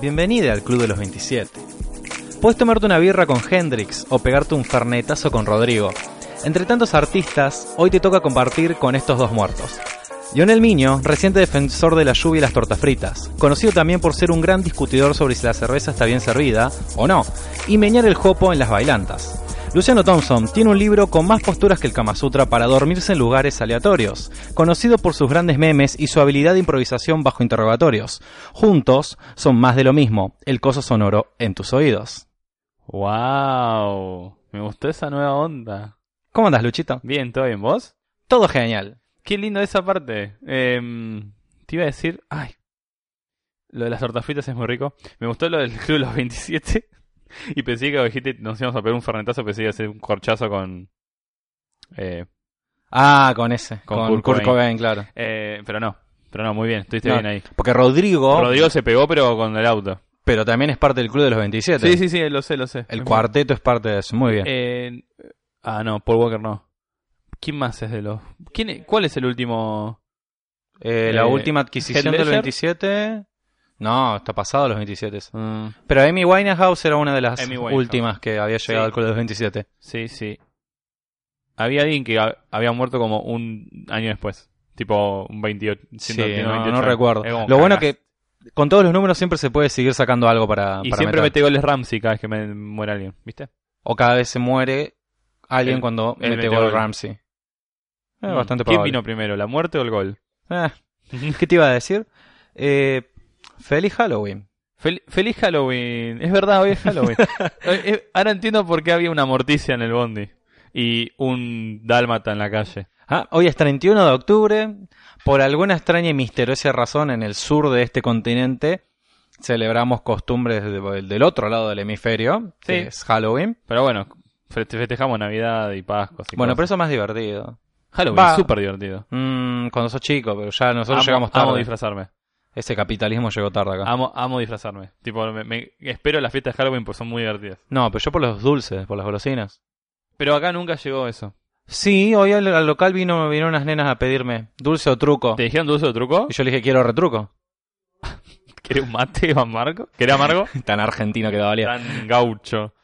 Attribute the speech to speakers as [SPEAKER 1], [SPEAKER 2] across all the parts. [SPEAKER 1] Bienvenida al Club de los 27. Puedes tomarte una birra con Hendrix o pegarte un fernetazo con Rodrigo. Entre tantos artistas, hoy te toca compartir con estos dos muertos. Lionel Miño, reciente defensor de la lluvia y las tortas fritas, conocido también por ser un gran discutidor sobre si la cerveza está bien servida o no, y meñar el jopo en las bailantas. Luciano Thompson tiene un libro con más posturas que el Kama Sutra para dormirse en lugares aleatorios, conocido por sus grandes memes y su habilidad de improvisación bajo interrogatorios. Juntos son más de lo mismo, el coso sonoro en tus oídos.
[SPEAKER 2] ¡Wow! Me gustó esa nueva onda.
[SPEAKER 1] ¿Cómo andas, Luchito?
[SPEAKER 2] Bien, ¿todo bien? ¿Vos?
[SPEAKER 1] Todo genial.
[SPEAKER 2] Qué lindo esa parte. Em, te iba a decir, ay, lo de las tortas fritas es muy rico. Me gustó lo del Club de los 27. Y pensé que dijiste, nos íbamos a pegar un fernetazo, pensé que iba a hacer un corchazo con... Eh,
[SPEAKER 1] Ah, con ese,
[SPEAKER 2] Con
[SPEAKER 1] con,
[SPEAKER 2] Kurt
[SPEAKER 1] Kurt Cobain,
[SPEAKER 2] Cobain.
[SPEAKER 1] claro.
[SPEAKER 2] eh, pero no, pero no, muy bien, estuviste
[SPEAKER 1] No,
[SPEAKER 2] bien ahí.
[SPEAKER 1] Porque Rodrigo,
[SPEAKER 2] Rodrigo se pegó, pero con el auto.
[SPEAKER 1] pero también es parte del Club de los 27.
[SPEAKER 2] Sí, sí, sí, lo sé, lo sé.
[SPEAKER 1] El
[SPEAKER 2] Me-
[SPEAKER 1] cuarteto es parte de eso, muy bien.
[SPEAKER 2] Eh, ah, no, Paul Walker no. ¿Quién más es de los...? ¿Quién, es- ¿Cuál es el último...?
[SPEAKER 1] Eh, la
[SPEAKER 2] eh,
[SPEAKER 1] última adquisición
[SPEAKER 2] Heath
[SPEAKER 1] del
[SPEAKER 2] Ledger.
[SPEAKER 1] 27... No, está pasado los 27. eso.
[SPEAKER 2] Mm,
[SPEAKER 1] Pero Amy Winehouse era una de las
[SPEAKER 2] Amy Winehouse.
[SPEAKER 1] últimas que había llegado
[SPEAKER 2] Sí.
[SPEAKER 1] al Club de los 27.
[SPEAKER 2] Sí, sí. Había alguien que ha- había muerto como un año después. Tipo un 28.
[SPEAKER 1] Sí,
[SPEAKER 2] siendo- siendo
[SPEAKER 1] no,
[SPEAKER 2] 28.
[SPEAKER 1] no recuerdo.
[SPEAKER 2] Es como,
[SPEAKER 1] Lo bueno
[SPEAKER 2] cagaste.
[SPEAKER 1] que con todos los números siempre se puede seguir sacando algo para,
[SPEAKER 2] Y
[SPEAKER 1] para
[SPEAKER 2] siempre
[SPEAKER 1] meter.
[SPEAKER 2] mete goles Ramsey cada vez que me muere alguien, ¿viste?
[SPEAKER 1] O cada vez se muere alguien
[SPEAKER 2] El-
[SPEAKER 1] cuando
[SPEAKER 2] el
[SPEAKER 1] mete
[SPEAKER 2] meteoro.
[SPEAKER 1] gol Ramsey. Eh,
[SPEAKER 2] Mm.
[SPEAKER 1] Bastante
[SPEAKER 2] ¿Quién
[SPEAKER 1] probable.
[SPEAKER 2] vino primero, la muerte o el gol?
[SPEAKER 1] Eh, ¿Qué te iba a decir? Eh, feliz Halloween.
[SPEAKER 2] Fel- feliz Halloween. Es verdad, hoy es Halloween. Eh, eh, Ahora entiendo por qué había una morticia en el bondi. Y un dálmata en la calle.
[SPEAKER 1] Ah, hoy es 31 de octubre. Por alguna extraña y misteriosa razón, en el sur de este continente celebramos costumbres de- del otro lado del hemisferio, que
[SPEAKER 2] Sí.
[SPEAKER 1] es Halloween.
[SPEAKER 2] Pero bueno, fe- festejamos Navidad y Pascua. y
[SPEAKER 1] Bueno, pero
[SPEAKER 2] cosas.
[SPEAKER 1] eso es más divertido.
[SPEAKER 2] Halloween
[SPEAKER 1] va.
[SPEAKER 2] es súper divertido.
[SPEAKER 1] Mm, cuando sos chico, pero ya nosotros
[SPEAKER 2] Amo-
[SPEAKER 1] llegamos
[SPEAKER 2] Amo
[SPEAKER 1] tarde.
[SPEAKER 2] disfrazarme.
[SPEAKER 1] Ese capitalismo llegó tarde acá.
[SPEAKER 2] Amo, amo disfrazarme. Tipo, me, me- espero las fiestas de Halloween porque son muy divertidas.
[SPEAKER 1] No, pero yo por los dulces, por las golosinas.
[SPEAKER 2] Pero acá nunca llegó eso.
[SPEAKER 1] Sí, hoy al, al local vino, vinieron unas nenas a pedirme dulce o truco.
[SPEAKER 2] ¿Te dijeron dulce o truco?
[SPEAKER 1] Y yo le dije, quiero retruco.
[SPEAKER 2] ¿Querés un mate o amargo? ¿Querés amargo?
[SPEAKER 1] Tan argentino que valía.
[SPEAKER 2] Tan gaucho.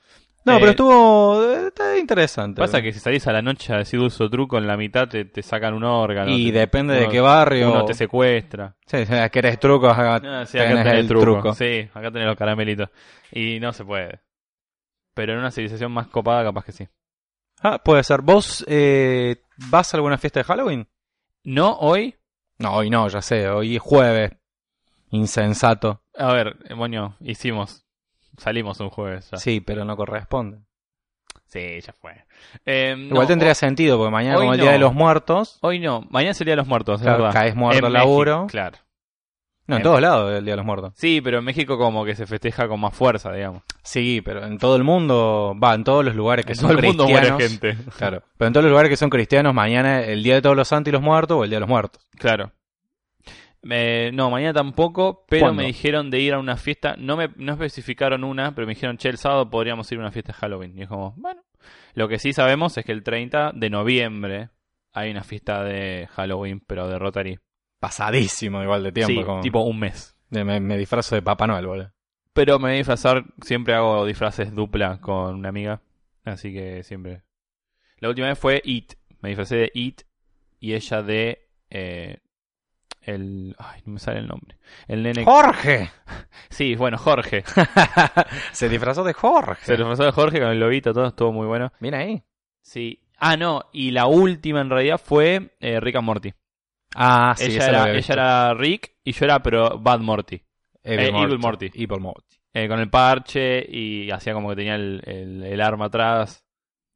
[SPEAKER 1] No,
[SPEAKER 2] Eh,
[SPEAKER 1] pero estuvo eh, está interesante.
[SPEAKER 2] Pasa que si salís a la noche a decir dulce o truco, en la mitad te, te sacan un órgano.
[SPEAKER 1] y
[SPEAKER 2] te-
[SPEAKER 1] depende de
[SPEAKER 2] uno-
[SPEAKER 1] qué barrio.
[SPEAKER 2] Uno te secuestra.
[SPEAKER 1] Sí, sí, querés truco, acá
[SPEAKER 2] Ah, sí, acá
[SPEAKER 1] tenés
[SPEAKER 2] tenés
[SPEAKER 1] el truco.
[SPEAKER 2] Sí, acá tenés los caramelitos. Y no se puede. Pero en una civilización más copada, capaz que sí.
[SPEAKER 1] Ah, puede ser. ¿Vos eh, vas a alguna fiesta de Halloween?
[SPEAKER 2] No hoy.
[SPEAKER 1] No, hoy no, ya sé. Hoy es jueves. Insensato.
[SPEAKER 2] A ver, eh, moño, hicimos. Salimos un jueves ya.
[SPEAKER 1] Sí, pero no corresponde.
[SPEAKER 2] Sí, ya fue. Eh, no,
[SPEAKER 1] Igual tendría sentido, porque mañana,
[SPEAKER 2] hoy
[SPEAKER 1] como el
[SPEAKER 2] no.
[SPEAKER 1] Día de los Muertos,
[SPEAKER 2] Hoy no, mañana sería Los Muertos, es
[SPEAKER 1] Claro,
[SPEAKER 2] verdad.
[SPEAKER 1] caes muerto
[SPEAKER 2] En
[SPEAKER 1] al laburo.
[SPEAKER 2] México, claro.
[SPEAKER 1] no, en
[SPEAKER 2] Eh.
[SPEAKER 1] todos lados el Día de los Muertos.
[SPEAKER 2] Sí, pero en México como que se festeja con más fuerza, digamos.
[SPEAKER 1] Sí, pero en todo el mundo, va, en todos los lugares que
[SPEAKER 2] En
[SPEAKER 1] son
[SPEAKER 2] todo el mundo
[SPEAKER 1] cristianos.
[SPEAKER 2] muere gente.
[SPEAKER 1] Claro, pero en todos los lugares que son cristianos, mañana el Día de Todos los Santos y los Muertos o el Día de los Muertos.
[SPEAKER 2] Claro. Eh, no, mañana tampoco, pero
[SPEAKER 1] ¿Cuándo?
[SPEAKER 2] me dijeron de ir a una fiesta. No me no especificaron una, pero me dijeron, che, el sábado podríamos ir a una fiesta de Halloween. Y es como, bueno. Lo que sí sabemos es que el 30 de noviembre hay una fiesta de Halloween, pero de Rotary.
[SPEAKER 1] Pasadísimo igual de tiempo.
[SPEAKER 2] sí,
[SPEAKER 1] como-
[SPEAKER 2] tipo un mes.
[SPEAKER 1] de- me, me disfrazo de Papá Noel, boludo.
[SPEAKER 2] Pero me voy a disfrazar, siempre hago disfraces dupla con una amiga. Así que siempre. La última vez fue It. Me disfracé de It y ella de. eh, el. Ay, no me sale el nombre. El nene.
[SPEAKER 1] ¡Jorge!
[SPEAKER 2] Sí, bueno, Jorge.
[SPEAKER 1] Se disfrazó de Jorge.
[SPEAKER 2] Se lo disfrazó de Jorge con el lobito, todo estuvo muy bueno.
[SPEAKER 1] Mira ahí.
[SPEAKER 2] Sí. Ah, no, y la última en realidad fue eh, Rick and Morty.
[SPEAKER 1] Ah, sí,
[SPEAKER 2] ella,
[SPEAKER 1] esa la
[SPEAKER 2] era,
[SPEAKER 1] había
[SPEAKER 2] ella
[SPEAKER 1] visto.
[SPEAKER 2] era Rick y yo era pero Bad Morty. eh, Evil Morty.
[SPEAKER 1] Evil Morty.
[SPEAKER 2] eh, con el parche y hacía como que tenía el, el- el arma atrás.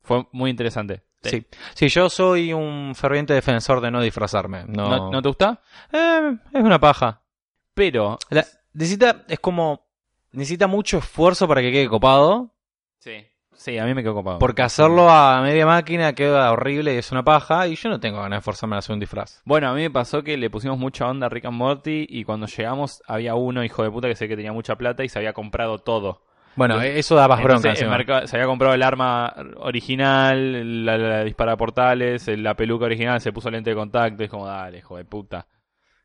[SPEAKER 2] Fue muy interesante. Te-
[SPEAKER 1] Sí. Sí, yo soy un ferviente defensor de no disfrazarme. No,
[SPEAKER 2] ¿No, no te gusta?
[SPEAKER 1] Eh, es una paja.
[SPEAKER 2] Pero.
[SPEAKER 1] La- necesita, es como, necesita mucho esfuerzo para que quede copado,
[SPEAKER 2] Sí. Sí, a mí me quedó copado.
[SPEAKER 1] porque hacerlo a media máquina queda horrible y es una paja, y yo no tengo ganas de esforzarme a hacer un disfraz.
[SPEAKER 2] Bueno, a mí me pasó que le pusimos mucha onda a Rick and Morty y cuando llegamos había uno, hijo de puta, que sé que tenía mucha plata y se había comprado todo.
[SPEAKER 1] Bueno, eso da más bronca.
[SPEAKER 2] Entonces, el
[SPEAKER 1] encima.
[SPEAKER 2] mercado- se había comprado el arma original, la, la disparaportales, el- la peluca original, se puso lente de contacto. Es como, dale, hijo de puta.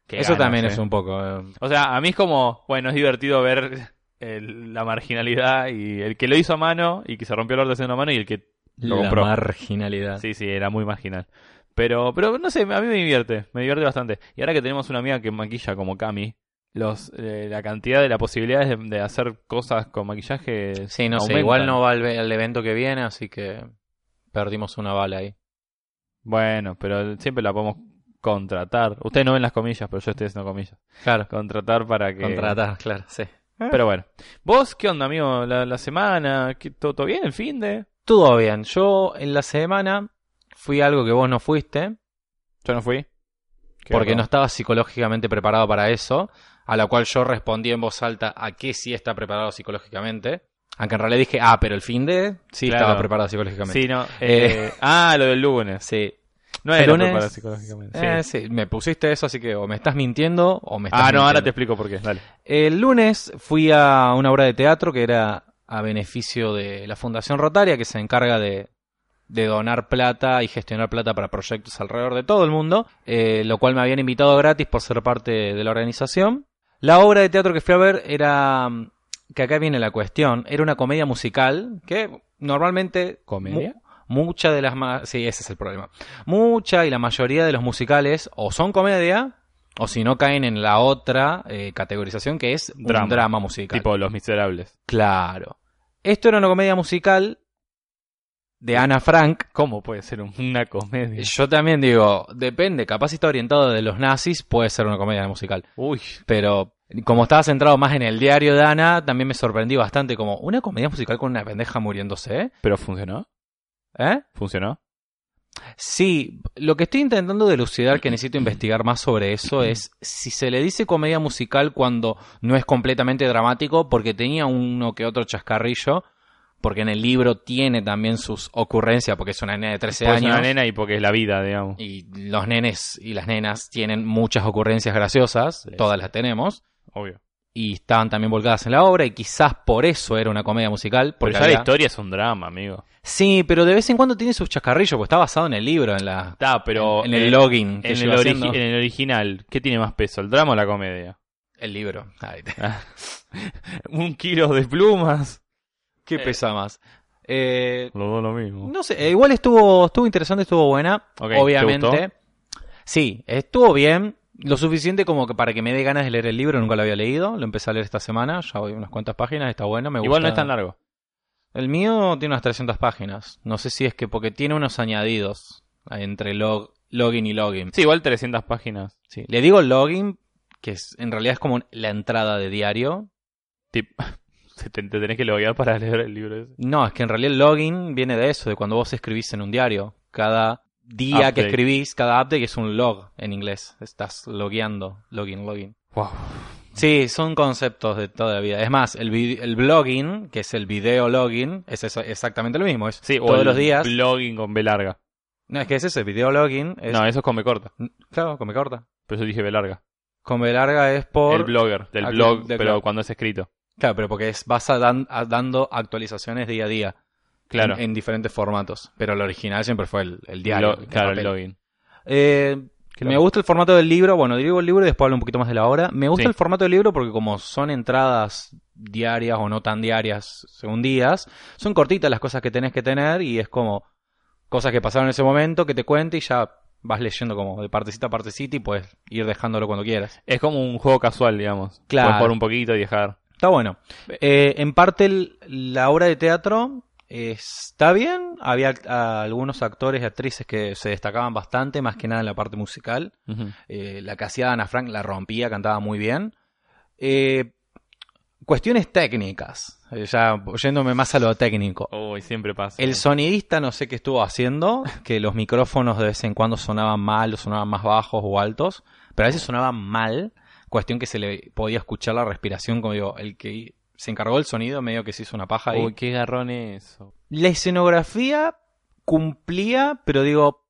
[SPEAKER 2] Qué
[SPEAKER 1] Eso
[SPEAKER 2] ganas,
[SPEAKER 1] también
[SPEAKER 2] eh.
[SPEAKER 1] es un poco. eh,
[SPEAKER 2] O sea, a mí es como, bueno, es divertido ver el- la marginalidad y el que lo hizo a mano y que se rompió el orden haciendo a mano y el que lo
[SPEAKER 1] la
[SPEAKER 2] compró.
[SPEAKER 1] marginalidad.
[SPEAKER 2] Sí, sí, era muy marginal. Pero, pero no sé, a mí me divierte, me divierte bastante. Y ahora que tenemos una amiga que maquilla como Cami, los, eh, la cantidad de las posibilidades de, de hacer cosas con maquillaje.
[SPEAKER 1] Sí, no sé,
[SPEAKER 2] aumentan.
[SPEAKER 1] igual no va al, al evento que viene, así que perdimos una bala ahí.
[SPEAKER 2] Bueno, pero siempre la podemos contratar. Ustedes no ven las comillas, pero yo estoy haciendo comillas.
[SPEAKER 1] Claro,
[SPEAKER 2] Contratar para que.
[SPEAKER 1] contratar, claro, sí.
[SPEAKER 2] Pero bueno. ¿Vos qué onda, amigo? ¿La, la semana? ¿Qué- ¿Todo todo bien el fin de?
[SPEAKER 1] Todo bien, yo en la semana fui a algo que vos no fuiste,
[SPEAKER 2] Yo no fui. Qué
[SPEAKER 1] porque
[SPEAKER 2] horror.
[SPEAKER 1] no estaba psicológicamente preparado para eso, a la cual yo respondí en voz alta a que sí está preparado psicológicamente, aunque en realidad dije, ah, pero el fin de sí
[SPEAKER 2] Claro.
[SPEAKER 1] estaba preparado psicológicamente.
[SPEAKER 2] Sí, no. eh, ah, lo del lunes.
[SPEAKER 1] Sí.
[SPEAKER 2] No
[SPEAKER 1] El
[SPEAKER 2] era
[SPEAKER 1] lunes-
[SPEAKER 2] preparado psicológicamente. Sí.
[SPEAKER 1] Eh, sí, me pusiste eso, así que o me estás mintiendo o me estás
[SPEAKER 2] Ah, no, ahora te
[SPEAKER 1] mintiendo.
[SPEAKER 2] explico por qué. Dale.
[SPEAKER 1] El lunes fui a una obra de teatro que era a beneficio de la Fundación Rotaria, que se encarga de, de donar plata y gestionar plata para proyectos alrededor de todo el mundo, eh, lo cual me habían invitado gratis por ser parte de la organización. La obra de teatro que fui a ver era, mm, que acá viene la cuestión, era una comedia musical que normalmente...
[SPEAKER 2] ¿Comedia?
[SPEAKER 1] mu- Mucha de las más... Sí, ese es el problema. Mucha y la mayoría de los musicales o son comedia o si no caen en la otra eh, categorización que es
[SPEAKER 2] Drama.
[SPEAKER 1] un drama musical.
[SPEAKER 2] Tipo Los Miserables.
[SPEAKER 1] Claro. Esto era una comedia musical de Ana Frank.
[SPEAKER 2] ¿Cómo puede ser un- una comedia?
[SPEAKER 1] Yo también digo, depende, capaz si está orientado de los nazis, puede ser una comedia musical.
[SPEAKER 2] Uy.
[SPEAKER 1] Pero como estaba centrado más en el diario de Ana, también me sorprendí bastante como una comedia musical con una pendeja muriéndose,
[SPEAKER 2] ¿Pero funcionó?
[SPEAKER 1] ¿eh?
[SPEAKER 2] ¿Funcionó?
[SPEAKER 1] Sí, lo que estoy intentando delucidar, que necesito investigar más sobre eso, es si se le dice comedia musical cuando no es completamente dramático, porque tenía uno que otro chascarrillo, porque en el libro tiene también sus ocurrencias, porque es una nena de 13
[SPEAKER 2] Porque es Pues una
[SPEAKER 1] años.
[SPEAKER 2] nena y porque es la vida, digamos.
[SPEAKER 1] Y los nenes y las nenas tienen muchas ocurrencias graciosas,
[SPEAKER 2] Sí.
[SPEAKER 1] todas las tenemos,
[SPEAKER 2] Obvio.
[SPEAKER 1] y estaban también volcadas en la obra, y quizás por eso era una comedia musical.
[SPEAKER 2] Pero
[SPEAKER 1] Porque
[SPEAKER 2] ya
[SPEAKER 1] había-
[SPEAKER 2] la historia es un drama, amigo.
[SPEAKER 1] Sí, pero de vez en cuando tiene sus chascarrillos, porque está basado en el libro, en la...
[SPEAKER 2] Está, pero.
[SPEAKER 1] en el
[SPEAKER 2] eh,
[SPEAKER 1] login que
[SPEAKER 2] en el,
[SPEAKER 1] lleva
[SPEAKER 2] origi-
[SPEAKER 1] haciendo.
[SPEAKER 2] en el original, ¿qué tiene más peso, el drama o la comedia?
[SPEAKER 1] El libro. Ay, te-
[SPEAKER 2] Un kilo de plumas.
[SPEAKER 1] ¿Qué
[SPEAKER 2] Eh.
[SPEAKER 1] pesa más? Eh,
[SPEAKER 2] Los dos lo mismo.
[SPEAKER 1] no sé, eh, igual estuvo, estuvo interesante, estuvo buena.
[SPEAKER 2] Ok,
[SPEAKER 1] obviamente.
[SPEAKER 2] ¿te gustó?
[SPEAKER 1] Sí, estuvo bien. Lo suficiente como que para que me dé ganas de leer el libro, nunca lo había leído. Lo empecé a leer esta semana, ya voy unas cuantas páginas, está bueno, me gusta.
[SPEAKER 2] Igual no es tan largo.
[SPEAKER 1] El mío tiene unas 300 páginas. No sé si es que porque tiene unos añadidos entre log, login y login.
[SPEAKER 2] Sí, igual 300 páginas.
[SPEAKER 1] Sí, Le digo login, que es, en realidad es como un- la entrada de diario,
[SPEAKER 2] Tip- Te, te tenés que loguear para leer el libro ese.
[SPEAKER 1] No, es que en realidad el login viene de eso, de cuando vos escribís en un diario. Cada día que
[SPEAKER 2] Update.
[SPEAKER 1] escribís, cada update es un log en inglés. Estás logueando, login, login.
[SPEAKER 2] Wow.
[SPEAKER 1] Sí, son conceptos de toda la vida. Es más, el, vid- el blogging, que es el video login, es eso- exactamente lo mismo. Es
[SPEAKER 2] Sí, o
[SPEAKER 1] todos
[SPEAKER 2] el
[SPEAKER 1] los días.
[SPEAKER 2] Blogging con B larga.
[SPEAKER 1] No, es que es ese, video login. Es,
[SPEAKER 2] No, eso es con B corta.
[SPEAKER 1] Claro, come corta.
[SPEAKER 2] Pero yo dije B larga.
[SPEAKER 1] Con B larga es por.
[SPEAKER 2] El blogger, del
[SPEAKER 1] Ah,
[SPEAKER 2] blog,
[SPEAKER 1] de-
[SPEAKER 2] pero
[SPEAKER 1] claro.
[SPEAKER 2] cuando es escrito.
[SPEAKER 1] Claro, pero porque es, vas a dan- a- dando actualizaciones día a día.
[SPEAKER 2] Claro.
[SPEAKER 1] En, en diferentes formatos. Pero el original siempre fue el, el diario.
[SPEAKER 2] Lo-
[SPEAKER 1] de
[SPEAKER 2] claro, el
[SPEAKER 1] papel.
[SPEAKER 2] login.
[SPEAKER 1] Eh,
[SPEAKER 2] Qué
[SPEAKER 1] me
[SPEAKER 2] loco.
[SPEAKER 1] gusta el formato del libro. Bueno, digo el libro y después hablo un poquito más de la obra. Me gusta
[SPEAKER 2] Sí.
[SPEAKER 1] el formato del libro porque como son entradas diarias o no tan diarias según días, son cortitas las cosas que tenés que tener y es como cosas que pasaron en ese momento que te cuente y ya vas leyendo como de partecita a partecita y puedes ir dejándolo cuando quieras.
[SPEAKER 2] Es como un juego casual, digamos.
[SPEAKER 1] Claro.
[SPEAKER 2] Puedes jugar un poquito y dejar.
[SPEAKER 1] Está bueno. Eh, en parte el- la obra de teatro eh, está bien. Había act- a algunos actores y actrices que se destacaban bastante, más que nada en la parte musical. Eh, la que hacía Ana Frank la rompía, cantaba muy bien. Eh, cuestiones técnicas, eh, ya yéndome más a lo técnico.
[SPEAKER 2] Uy, siempre pasa.
[SPEAKER 1] El sonidista no sé qué estuvo haciendo, que los micrófonos de vez en cuando sonaban mal o sonaban más bajos o altos, pero a veces sonaban mal, cuestión que se le podía escuchar la respiración, como digo, el que se encargó del sonido medio que se hizo una paja ahí.
[SPEAKER 2] Uy, qué garrón eso.
[SPEAKER 1] La escenografía cumplía, pero digo,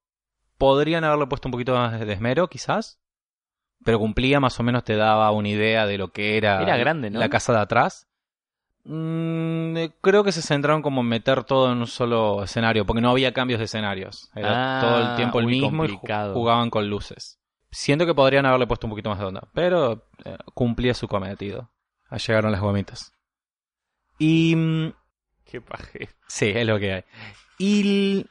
[SPEAKER 1] podrían haberle puesto un poquito más de esmero, quizás. Pero cumplía, más o menos te daba una idea de lo que era,
[SPEAKER 2] Era grande, ¿no?
[SPEAKER 1] la casa de atrás. Mm, eh, creo que se centraron como en meter todo en un solo escenario, porque no había cambios de escenarios. Era
[SPEAKER 2] Ah,
[SPEAKER 1] todo el tiempo el
[SPEAKER 2] muy
[SPEAKER 1] mismo y ju-
[SPEAKER 2] complicado.
[SPEAKER 1] jugaban con luces. Siento que podrían haberle puesto un poquito más de onda, pero eh, cumplía su cometido. Ah, Llegaron las gomitas. Y mm,
[SPEAKER 2] Qué paje.
[SPEAKER 1] Sí, es lo que hay. Y. l-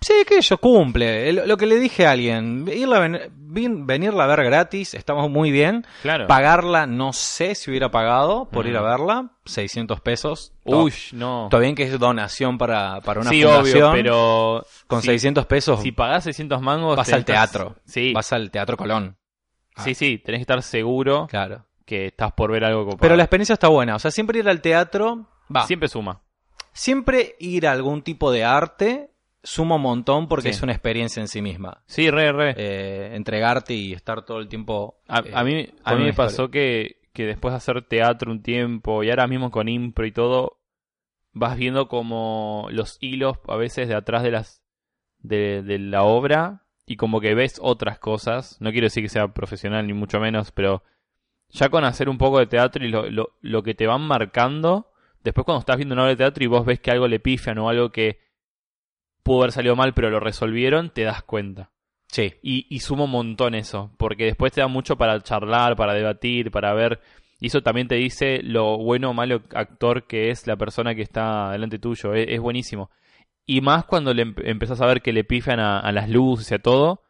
[SPEAKER 1] Sí, que ello cumple. El- Lo que le dije a alguien, irla a ven- vin- venirla a ver gratis, estamos muy bien.
[SPEAKER 2] Claro.
[SPEAKER 1] Pagarla, no sé si hubiera pagado por
[SPEAKER 2] Mm.
[SPEAKER 1] ir a verla, 600 pesos.
[SPEAKER 2] Uy, no.
[SPEAKER 1] Está bien que es donación para, para una
[SPEAKER 2] sí,
[SPEAKER 1] fundación.
[SPEAKER 2] obvio, pero
[SPEAKER 1] Con
[SPEAKER 2] si,
[SPEAKER 1] 600 pesos
[SPEAKER 2] si pagás 600 mangos...
[SPEAKER 1] Vas
[SPEAKER 2] te
[SPEAKER 1] al
[SPEAKER 2] entras-
[SPEAKER 1] teatro.
[SPEAKER 2] Sí,
[SPEAKER 1] vas al Teatro Colón.
[SPEAKER 2] sí, sí, tenés que estar seguro
[SPEAKER 1] Claro.
[SPEAKER 2] que estás por ver algo copado.
[SPEAKER 1] Pero la experiencia está buena. O sea, siempre ir al teatro. Va.
[SPEAKER 2] Siempre suma.
[SPEAKER 1] Siempre ir a algún tipo de arte suma un montón porque
[SPEAKER 2] Sí.
[SPEAKER 1] es una experiencia en sí misma.
[SPEAKER 2] Sí, re, re.
[SPEAKER 1] eh, entregarte y estar todo el tiempo.
[SPEAKER 2] A,
[SPEAKER 1] eh,
[SPEAKER 2] a mí, a
[SPEAKER 1] con
[SPEAKER 2] mí
[SPEAKER 1] una
[SPEAKER 2] me pasó que, que después de hacer teatro un tiempo y ahora mismo con impro y todo, vas viendo como los hilos a veces de atrás de las de, de la obra y como que ves otras cosas. No quiero decir que sea profesional ni mucho menos, pero ya con hacer un poco de teatro y lo, lo, lo que te van marcando, después cuando estás viendo una obra de teatro y vos ves que algo le pifian o algo que pudo haber salido mal pero lo resolvieron, te das cuenta.
[SPEAKER 1] Sí,
[SPEAKER 2] Y, y sumo un montón eso, porque después te da mucho para charlar, para debatir, para ver. Y eso también te dice lo bueno o malo actor que es la persona que está delante tuyo. e, Es, es buenísimo. Y más cuando le empe- empezás a ver que le pifian a, a las luces y a todo.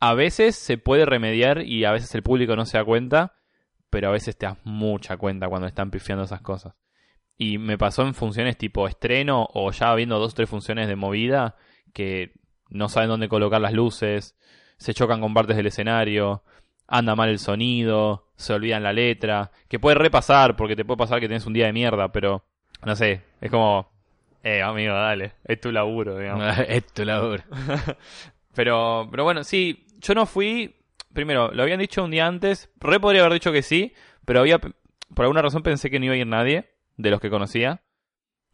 [SPEAKER 2] A veces se puede remediar y a veces el público no se da cuenta, pero a veces te das mucha cuenta cuando están pifiando esas cosas. Y me pasó en funciones tipo estreno o ya viendo dos o tres funciones de movida que no saben dónde colocar las luces, se chocan con partes del escenario, anda mal el sonido, se olvidan la letra, que puede repasar, porque te puede pasar que tenés un día de mierda, pero no sé, es como, eh, amigo, dale, es tu laburo, digamos.
[SPEAKER 1] es tu laburo.
[SPEAKER 2] Pero, pero bueno, sí, yo no fui. Primero, lo habían dicho un día antes. Re podría haber dicho que sí, pero había. Por alguna razón pensé que no iba a ir nadie de los que conocía.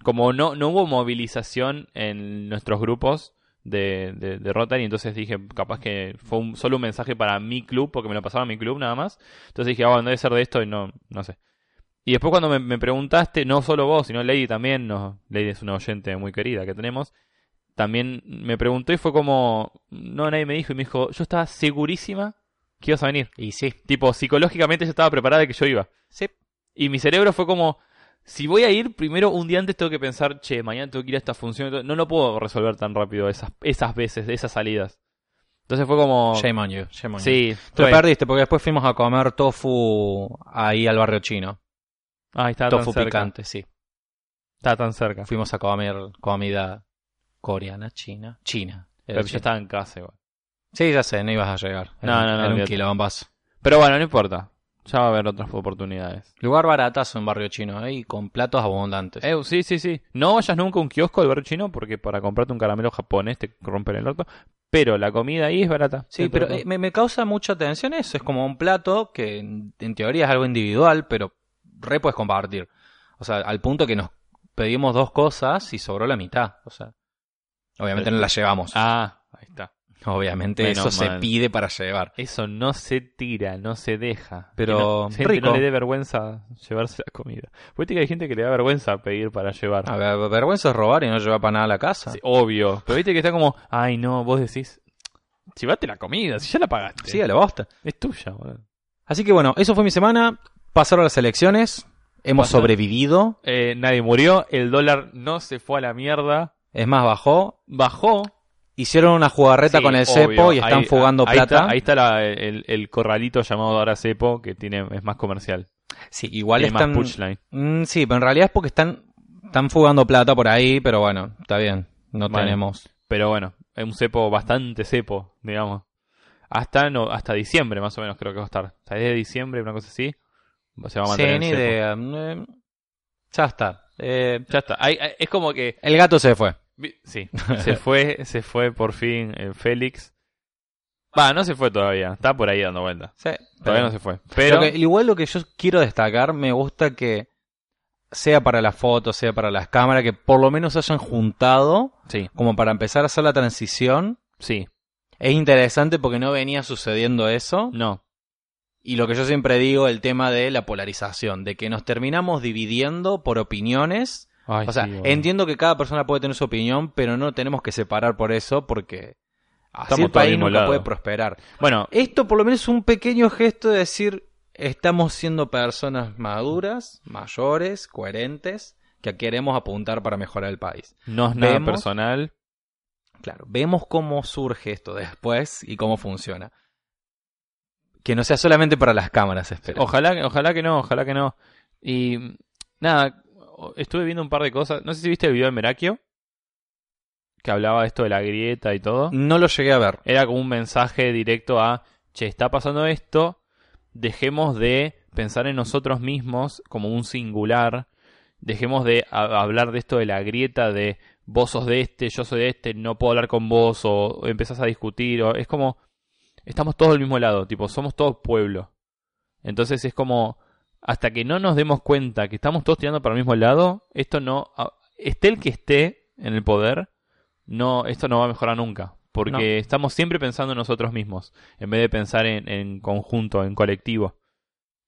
[SPEAKER 2] Como no, no hubo movilización en nuestros grupos de, de, de Rotary, entonces dije, capaz que fue un- solo un mensaje para mi club, porque me lo pasaba a mi club nada más. Entonces dije, ah, bueno, debe ser de esto y no, no sé. Y después cuando me, me preguntaste, no solo vos, sino Lady también, no, Lady es una oyente muy querida que tenemos, también me preguntó y fue como, no, nadie me dijo y me dijo, yo estaba segurísima que ibas a venir.
[SPEAKER 1] Y sí,
[SPEAKER 2] Tipo, psicológicamente yo estaba preparada de que yo iba.
[SPEAKER 1] sí.
[SPEAKER 2] Y mi cerebro fue como, si voy a ir, primero un día antes tengo que pensar, che, mañana tengo que ir a esta función. No lo puedo resolver tan rápido esas, esas veces, de esas salidas. Entonces fue como...
[SPEAKER 1] Shame on you, shame on you.
[SPEAKER 2] Sí,
[SPEAKER 1] Te lo
[SPEAKER 2] fue-
[SPEAKER 1] perdiste porque después fuimos a comer tofu ahí al barrio chino.
[SPEAKER 2] Ah, estaba tan
[SPEAKER 1] tofu
[SPEAKER 2] cerca.
[SPEAKER 1] picante, sí.
[SPEAKER 2] Estaba tan cerca.
[SPEAKER 1] Fuimos a comer comida coreana, china. China. Era
[SPEAKER 2] Pero yo
[SPEAKER 1] china.
[SPEAKER 2] estaba en casa igual.
[SPEAKER 1] Sí, ya sé, no ibas a llegar.
[SPEAKER 2] No, no, no,
[SPEAKER 1] Era un
[SPEAKER 2] olvídate.
[SPEAKER 1] quilombazo.
[SPEAKER 2] Pero bueno, no importa. Ya va a haber otras oportunidades.
[SPEAKER 1] Lugar baratazo en barrio chino, ahí con platos abundantes.
[SPEAKER 2] Eh, sí, sí, sí. No vayas nunca a un kiosco del barrio chino porque para comprarte un caramelo japonés te rompen el orto. Pero la comida ahí es barata.
[SPEAKER 1] Sí,
[SPEAKER 2] Dentro
[SPEAKER 1] pero
[SPEAKER 2] de todo.
[SPEAKER 1] eh, me, me causa mucha atención eso. Es como un plato que en, en teoría es algo individual, pero re puedes compartir. O sea, al punto que nos pedimos dos cosas y sobró la mitad. O sea, obviamente
[SPEAKER 2] Eh,
[SPEAKER 1] no la llevamos.
[SPEAKER 2] Ah, ahí está.
[SPEAKER 1] obviamente
[SPEAKER 2] menos
[SPEAKER 1] eso se
[SPEAKER 2] mal.
[SPEAKER 1] pide para llevar.
[SPEAKER 2] Eso no se tira, no se deja.
[SPEAKER 1] Pero
[SPEAKER 2] Que no, gente,
[SPEAKER 1] rico.
[SPEAKER 2] no le dé vergüenza llevarse la comida. Viste que hay gente que le da vergüenza pedir para llevar.
[SPEAKER 1] A ver, vergüenza es robar y no llevar para nada a la casa.
[SPEAKER 2] Sí,
[SPEAKER 1] Sí,
[SPEAKER 2] obvio. Pero viste que está como, ay no, vos decís, llévate la comida, si ya la pagaste.
[SPEAKER 1] a la bosta.
[SPEAKER 2] Es tuya, boludo.
[SPEAKER 1] Así que bueno, eso fue mi semana. Pasaron las elecciones. Hemos
[SPEAKER 2] Pasaron.
[SPEAKER 1] sobrevivido.
[SPEAKER 2] Eh, nadie murió, el dólar no se fue a la mierda,
[SPEAKER 1] Es más, bajó.
[SPEAKER 2] bajó.
[SPEAKER 1] Hicieron una jugarreta
[SPEAKER 2] Sí,
[SPEAKER 1] con el
[SPEAKER 2] obvio.
[SPEAKER 1] cepo y están
[SPEAKER 2] Ahí-
[SPEAKER 1] fugando
[SPEAKER 2] ahí
[SPEAKER 1] plata.
[SPEAKER 2] Está, ahí está la- el, el corralito llamado ahora cepo, que tiene es más comercial.
[SPEAKER 1] Sí, igual
[SPEAKER 2] tiene
[SPEAKER 1] están.
[SPEAKER 2] más punchline.
[SPEAKER 1] Mm, sí, pero en realidad es porque están, están fugando plata por ahí, pero bueno, está bien. No
[SPEAKER 2] Bueno.
[SPEAKER 1] tenemos.
[SPEAKER 2] Pero bueno, es un cepo bastante cepo, digamos. Hasta no, hasta diciembre más o menos creo que va a estar. Hasta de diciembre, una cosa así, se va a
[SPEAKER 1] Sí,
[SPEAKER 2] mantener el
[SPEAKER 1] ni
[SPEAKER 2] cepo.
[SPEAKER 1] idea. Eh, ya está. Eh,
[SPEAKER 2] Ya está. Ahí- ahí- es como que
[SPEAKER 1] el gato se fue.
[SPEAKER 2] Vi- Sí, se fue, se fue por fin eh, Félix. Va, no se fue todavía, está por ahí dando vueltas.
[SPEAKER 1] Sí,
[SPEAKER 2] Todavía
[SPEAKER 1] pero-
[SPEAKER 2] no se fue.
[SPEAKER 1] lo
[SPEAKER 2] Pero
[SPEAKER 1] que- igual lo que yo quiero destacar, me gusta que sea para las fotos, sea para las cámaras, que por lo menos se hayan juntado
[SPEAKER 2] sí,
[SPEAKER 1] como para empezar a hacer la transición.
[SPEAKER 2] sí, Mm.
[SPEAKER 1] Es interesante porque no venía sucediendo eso.
[SPEAKER 2] no.
[SPEAKER 1] Y lo que yo siempre digo, el tema de la polarización, de que nos terminamos dividiendo por opiniones.
[SPEAKER 2] Ay,
[SPEAKER 1] o sea,
[SPEAKER 2] sí, boludo.
[SPEAKER 1] entiendo que cada persona puede tener su opinión, pero no tenemos que separar por eso porque así
[SPEAKER 2] Estamos
[SPEAKER 1] el
[SPEAKER 2] todos
[SPEAKER 1] país
[SPEAKER 2] del mismo
[SPEAKER 1] nunca
[SPEAKER 2] lado.
[SPEAKER 1] puede prosperar.
[SPEAKER 2] Bueno,
[SPEAKER 1] Esto por lo menos es un pequeño gesto de decir, estamos siendo personas maduras, mayores, coherentes, que queremos apuntar para mejorar el país.
[SPEAKER 2] no es nada
[SPEAKER 1] vemos-
[SPEAKER 2] personal.
[SPEAKER 1] Claro, vemos cómo surge esto después y cómo funciona. Que no sea solamente para las cámaras, espero.
[SPEAKER 2] Ojalá, que- ojalá que no, ojalá que no. Y nada, o- estuve viendo un par de cosas. No sé si viste el video de Merakio, que hablaba esto de la grieta y todo.
[SPEAKER 1] No lo llegué a ver.
[SPEAKER 2] Era como un mensaje directo a, che, está pasando esto, dejemos de pensar en nosotros mismos como un singular, dejemos de a- hablar de esto de la grieta de vos sos de este, yo soy de este, no puedo hablar con vos, o, o empezás a discutir, o es como, estamos todos del mismo lado, tipo, somos todos pueblo. Entonces es como, hasta que no nos demos cuenta que estamos todos tirando para el mismo lado, esto no, a- esté el que esté en el poder, no, esto no va a mejorar nunca. Porque
[SPEAKER 1] No.
[SPEAKER 2] estamos siempre pensando en nosotros mismos, en vez de pensar en, en conjunto, en colectivo.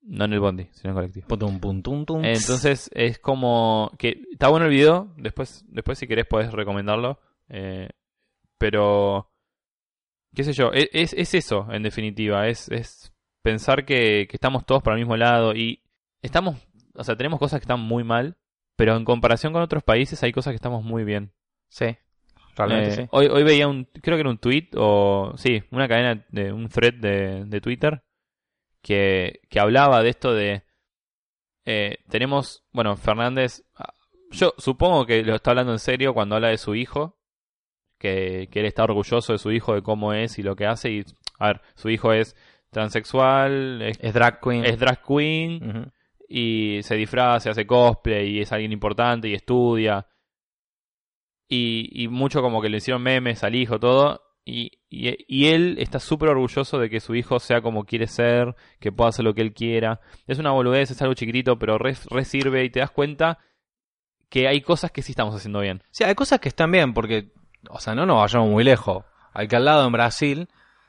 [SPEAKER 2] No en el bondi, sino en colectivo.
[SPEAKER 1] Putum, pum, tum, tum.
[SPEAKER 2] Entonces es como que está bueno el video, después, después si querés podés recomendarlo, eh, pero qué sé yo, e- es, es eso en definitiva, es, es pensar que, que estamos todos para el mismo lado y estamos, o sea, tenemos cosas que están muy mal, pero en comparación con otros países hay cosas que estamos muy bien.
[SPEAKER 1] Sí, realmente
[SPEAKER 2] Eh,
[SPEAKER 1] sí.
[SPEAKER 2] Hoy, hoy veía un, creo que era un tweet o, sí, una cadena de un thread de, de Twitter que, que hablaba de esto de, eh, tenemos, bueno, Fernández, ah, yo supongo que lo está hablando en serio cuando habla de su hijo, que, que él está orgulloso de su hijo, de cómo es y lo que hace, y, a ver, su hijo es transexual, es,
[SPEAKER 1] Es drag queen.
[SPEAKER 2] es drag queen,
[SPEAKER 1] Ujú.
[SPEAKER 2] y se disfraza, hace cosplay y es alguien importante y estudia. Y, y mucho como que le hicieron memes al hijo, todo. Y, y, y él está súper orgulloso de que su hijo sea como quiere ser, que pueda hacer lo que él quiera. Es una boludez, es algo chiquitito, pero re, re sirve y te das cuenta que hay cosas que sí estamos haciendo bien.
[SPEAKER 1] Sí, hay cosas que están bien porque, o sea, no nos vayamos muy lejos. Al que al lado en Brasil,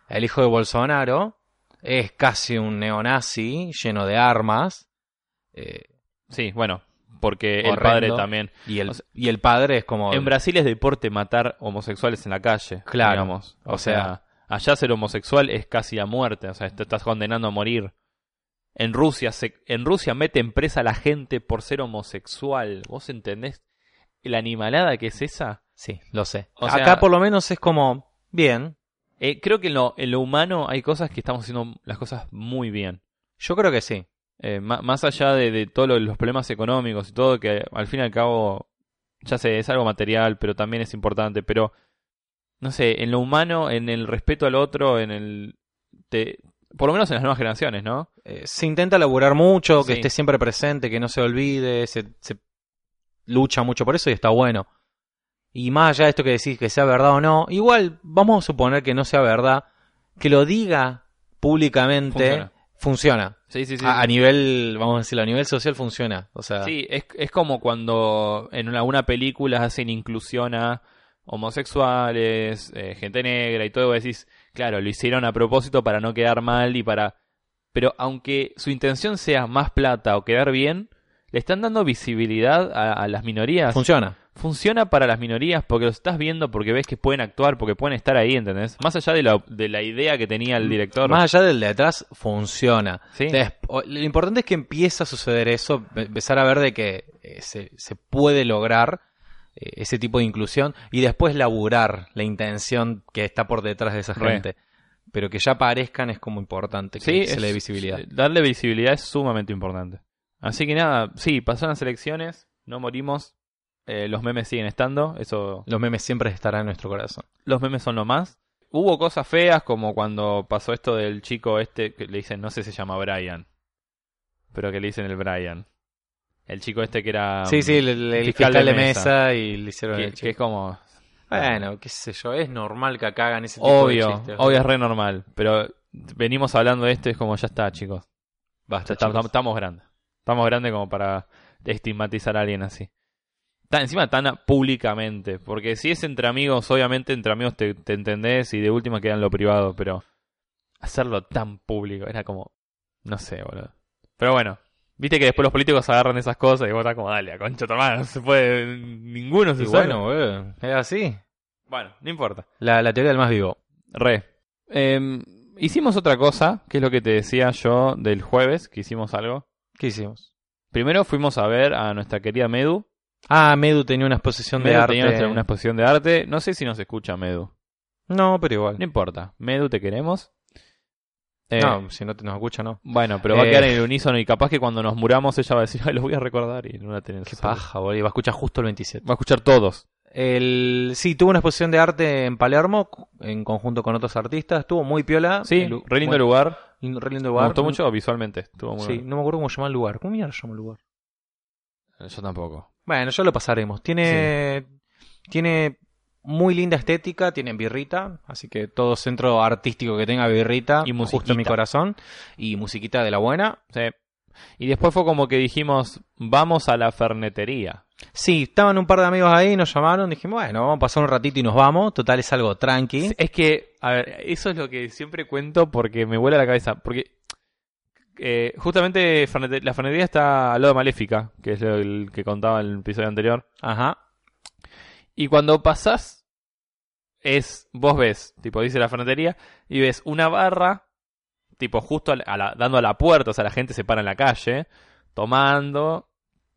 [SPEAKER 1] el hijo de Bolsonaro es casi un neonazi lleno de armas. eh,
[SPEAKER 2] Sí, bueno, porque el
[SPEAKER 1] Horrendo.
[SPEAKER 2] padre también.
[SPEAKER 1] y, el,
[SPEAKER 2] O sea,
[SPEAKER 1] y el padre es como.
[SPEAKER 2] En Brasil es deporte matar homosexuales en la calle.
[SPEAKER 1] Claro.
[SPEAKER 2] digamos. O,
[SPEAKER 1] O
[SPEAKER 2] sea,
[SPEAKER 1] sea-
[SPEAKER 2] allá ser homosexual es casi la muerte. O sea, te estás condenando a morir. En Rusia, se, en Rusia meten presa a la gente por ser homosexual. ¿Vos entendés la animalada que es esa?
[SPEAKER 1] Sí, lo sé.
[SPEAKER 2] O
[SPEAKER 1] Acá
[SPEAKER 2] sea-
[SPEAKER 1] por lo menos es como. Bien.
[SPEAKER 2] Eh, creo que en lo, en lo humano hay cosas que estamos haciendo las cosas muy bien.
[SPEAKER 1] Yo creo que sí.
[SPEAKER 2] Eh, ma- más allá de, de todos los problemas económicos y todo, que al fin y al cabo, ya sé, es algo material, pero también es importante, pero, no sé, en lo humano, en el respeto al otro, en el... te- por lo menos en las nuevas generaciones, ¿no?
[SPEAKER 1] Eh, se intenta laburar mucho, que
[SPEAKER 2] Sí.
[SPEAKER 1] esté siempre presente, que no se olvide, se, se lucha mucho por eso y está bueno. Y más allá de esto que decís que sea verdad o no, igual vamos a suponer que no sea verdad, que lo diga públicamente
[SPEAKER 2] Funciona.
[SPEAKER 1] funciona.
[SPEAKER 2] Sí, sí, sí.
[SPEAKER 1] A, a nivel, vamos a decirlo, a nivel social funciona. O sea,
[SPEAKER 2] Sí, es, es como cuando en alguna película hacen inclusión a homosexuales, eh, gente negra y todo, vos decís, claro, lo hicieron a propósito para no quedar mal y para... Pero aunque su intención sea más plata o quedar bien, le están dando visibilidad a, a las minorías.
[SPEAKER 1] funciona.
[SPEAKER 2] Funciona para las minorías porque los estás viendo, porque ves que pueden actuar, porque pueden estar ahí, ¿entendés? Más allá de la, de la idea que tenía el director.
[SPEAKER 1] Más allá del de atrás, funciona.
[SPEAKER 2] Sí.
[SPEAKER 1] Des- o- lo importante es que empieza a suceder eso, em- empezar a ver de que eh, se, se puede lograr eh, ese tipo de inclusión y después laburar la intención que está por detrás de esa
[SPEAKER 2] Re.
[SPEAKER 1] gente. Pero que ya aparezcan es como importante, que
[SPEAKER 2] Sí,
[SPEAKER 1] se le
[SPEAKER 2] es-
[SPEAKER 1] dé visibilidad.
[SPEAKER 2] Darle visibilidad es sumamente importante. Así que nada, sí, pasaron las elecciones, no morimos, eh, los memes siguen estando, eso,
[SPEAKER 1] Los memes siempre estarán en nuestro corazón.
[SPEAKER 2] los memes son lo más. Hubo cosas feas como cuando pasó esto del chico este que le dicen, no sé si se llama Brian, pero que le dicen el Brian. El chico este que era
[SPEAKER 1] Ah, sí,
[SPEAKER 2] mm,
[SPEAKER 1] sí, el, el- el
[SPEAKER 2] fiscal
[SPEAKER 1] fiscal,
[SPEAKER 2] de
[SPEAKER 1] de
[SPEAKER 2] mesa.
[SPEAKER 1] mesa, y le hicieron
[SPEAKER 2] que,
[SPEAKER 1] el
[SPEAKER 2] que es
[SPEAKER 1] chiste.
[SPEAKER 2] como
[SPEAKER 1] Bueno, qué sé yo, es normal que acá hagan ese tipo de
[SPEAKER 2] obvio,
[SPEAKER 1] chistes.
[SPEAKER 2] obvio es re normal, pero venimos hablando de esto y es como ya está, chicos.
[SPEAKER 1] Basta,
[SPEAKER 2] Ya estamos,
[SPEAKER 1] chicos.
[SPEAKER 2] estamos grandes. Estamos grandes como para estigmatizar a alguien así. Tan, encima tan a- públicamente. Porque si es entre amigos, obviamente entre amigos te, te entendés y de última queda en lo privado, pero hacerlo tan público era como. No sé, boludo. Pero bueno, viste que después los políticos agarran esas cosas y vos estás como, dale, a concha tu hermano, no se puede, ninguno se
[SPEAKER 1] Y
[SPEAKER 2] sabe.
[SPEAKER 1] bueno, boludo, es así.
[SPEAKER 2] bueno, no importa.
[SPEAKER 1] La, la teoría del más vivo.
[SPEAKER 2] Re. Em, hicimos otra cosa, que es lo que te decía yo del jueves, que hicimos algo.
[SPEAKER 1] ¿Qué hicimos?
[SPEAKER 2] Primero fuimos a ver a nuestra querida Medu.
[SPEAKER 1] Ah, Medu tenía una exposición de
[SPEAKER 2] Medu
[SPEAKER 1] arte.
[SPEAKER 2] tenía nuestra- una exposición de arte. No sé si nos escucha Medu.
[SPEAKER 1] No, pero igual.
[SPEAKER 2] No importa. Medu, te queremos. Eh,
[SPEAKER 1] No, si no te nos escucha, no.
[SPEAKER 2] Bueno, pero va a
[SPEAKER 1] Eh.
[SPEAKER 2] quedar en el unísono y capaz que cuando nos muramos ella va a decir, ay, lo voy a recordar y no la tenés.
[SPEAKER 1] Qué paja, boludo. y Va a escuchar justo el 27.
[SPEAKER 2] Va a escuchar todos.
[SPEAKER 1] El, sí, tuvo una exposición de arte en Palermo, en conjunto con otros artistas. Estuvo muy piola.
[SPEAKER 2] Sí,
[SPEAKER 1] El lu-
[SPEAKER 2] re lindo
[SPEAKER 1] muy-
[SPEAKER 2] lugar.
[SPEAKER 1] lindo- re lindo
[SPEAKER 2] Me
[SPEAKER 1] lugar.
[SPEAKER 2] gustó mucho visualmente. Estuvo muy
[SPEAKER 1] Sí, no me acuerdo cómo se llama el lugar. ¿Cómo mierda se llama el lugar?
[SPEAKER 2] bueno. Yo tampoco.
[SPEAKER 1] Bueno, ya lo pasaremos. Tiene, tiene muy linda estética, tiene birrita, así que todo centro artístico que tenga birrita, justo
[SPEAKER 2] Y
[SPEAKER 1] en mi
[SPEAKER 2] musiquita.
[SPEAKER 1] corazón, y musiquita de la buena.
[SPEAKER 2] Sí. Y después fue como que dijimos, vamos a la fernetería.
[SPEAKER 1] Sí, estaban un par de amigos ahí, nos llamaron, dijimos, bueno, vamos a pasar un ratito y nos vamos, total es algo tranqui.
[SPEAKER 2] Es que, a ver, eso es lo que siempre cuento porque me vuela la cabeza. Porque eh, justamente fernete- la fernetería está al lado de Maléfica, que es lo el que contaba en el episodio anterior.
[SPEAKER 1] Ajá.
[SPEAKER 2] Y cuando pasás, es, vos ves, tipo, dice la fernetería, y ves una barra, tipo, justo a la- a la- dando a la puerta, o sea, la gente se para en la calle, tomando,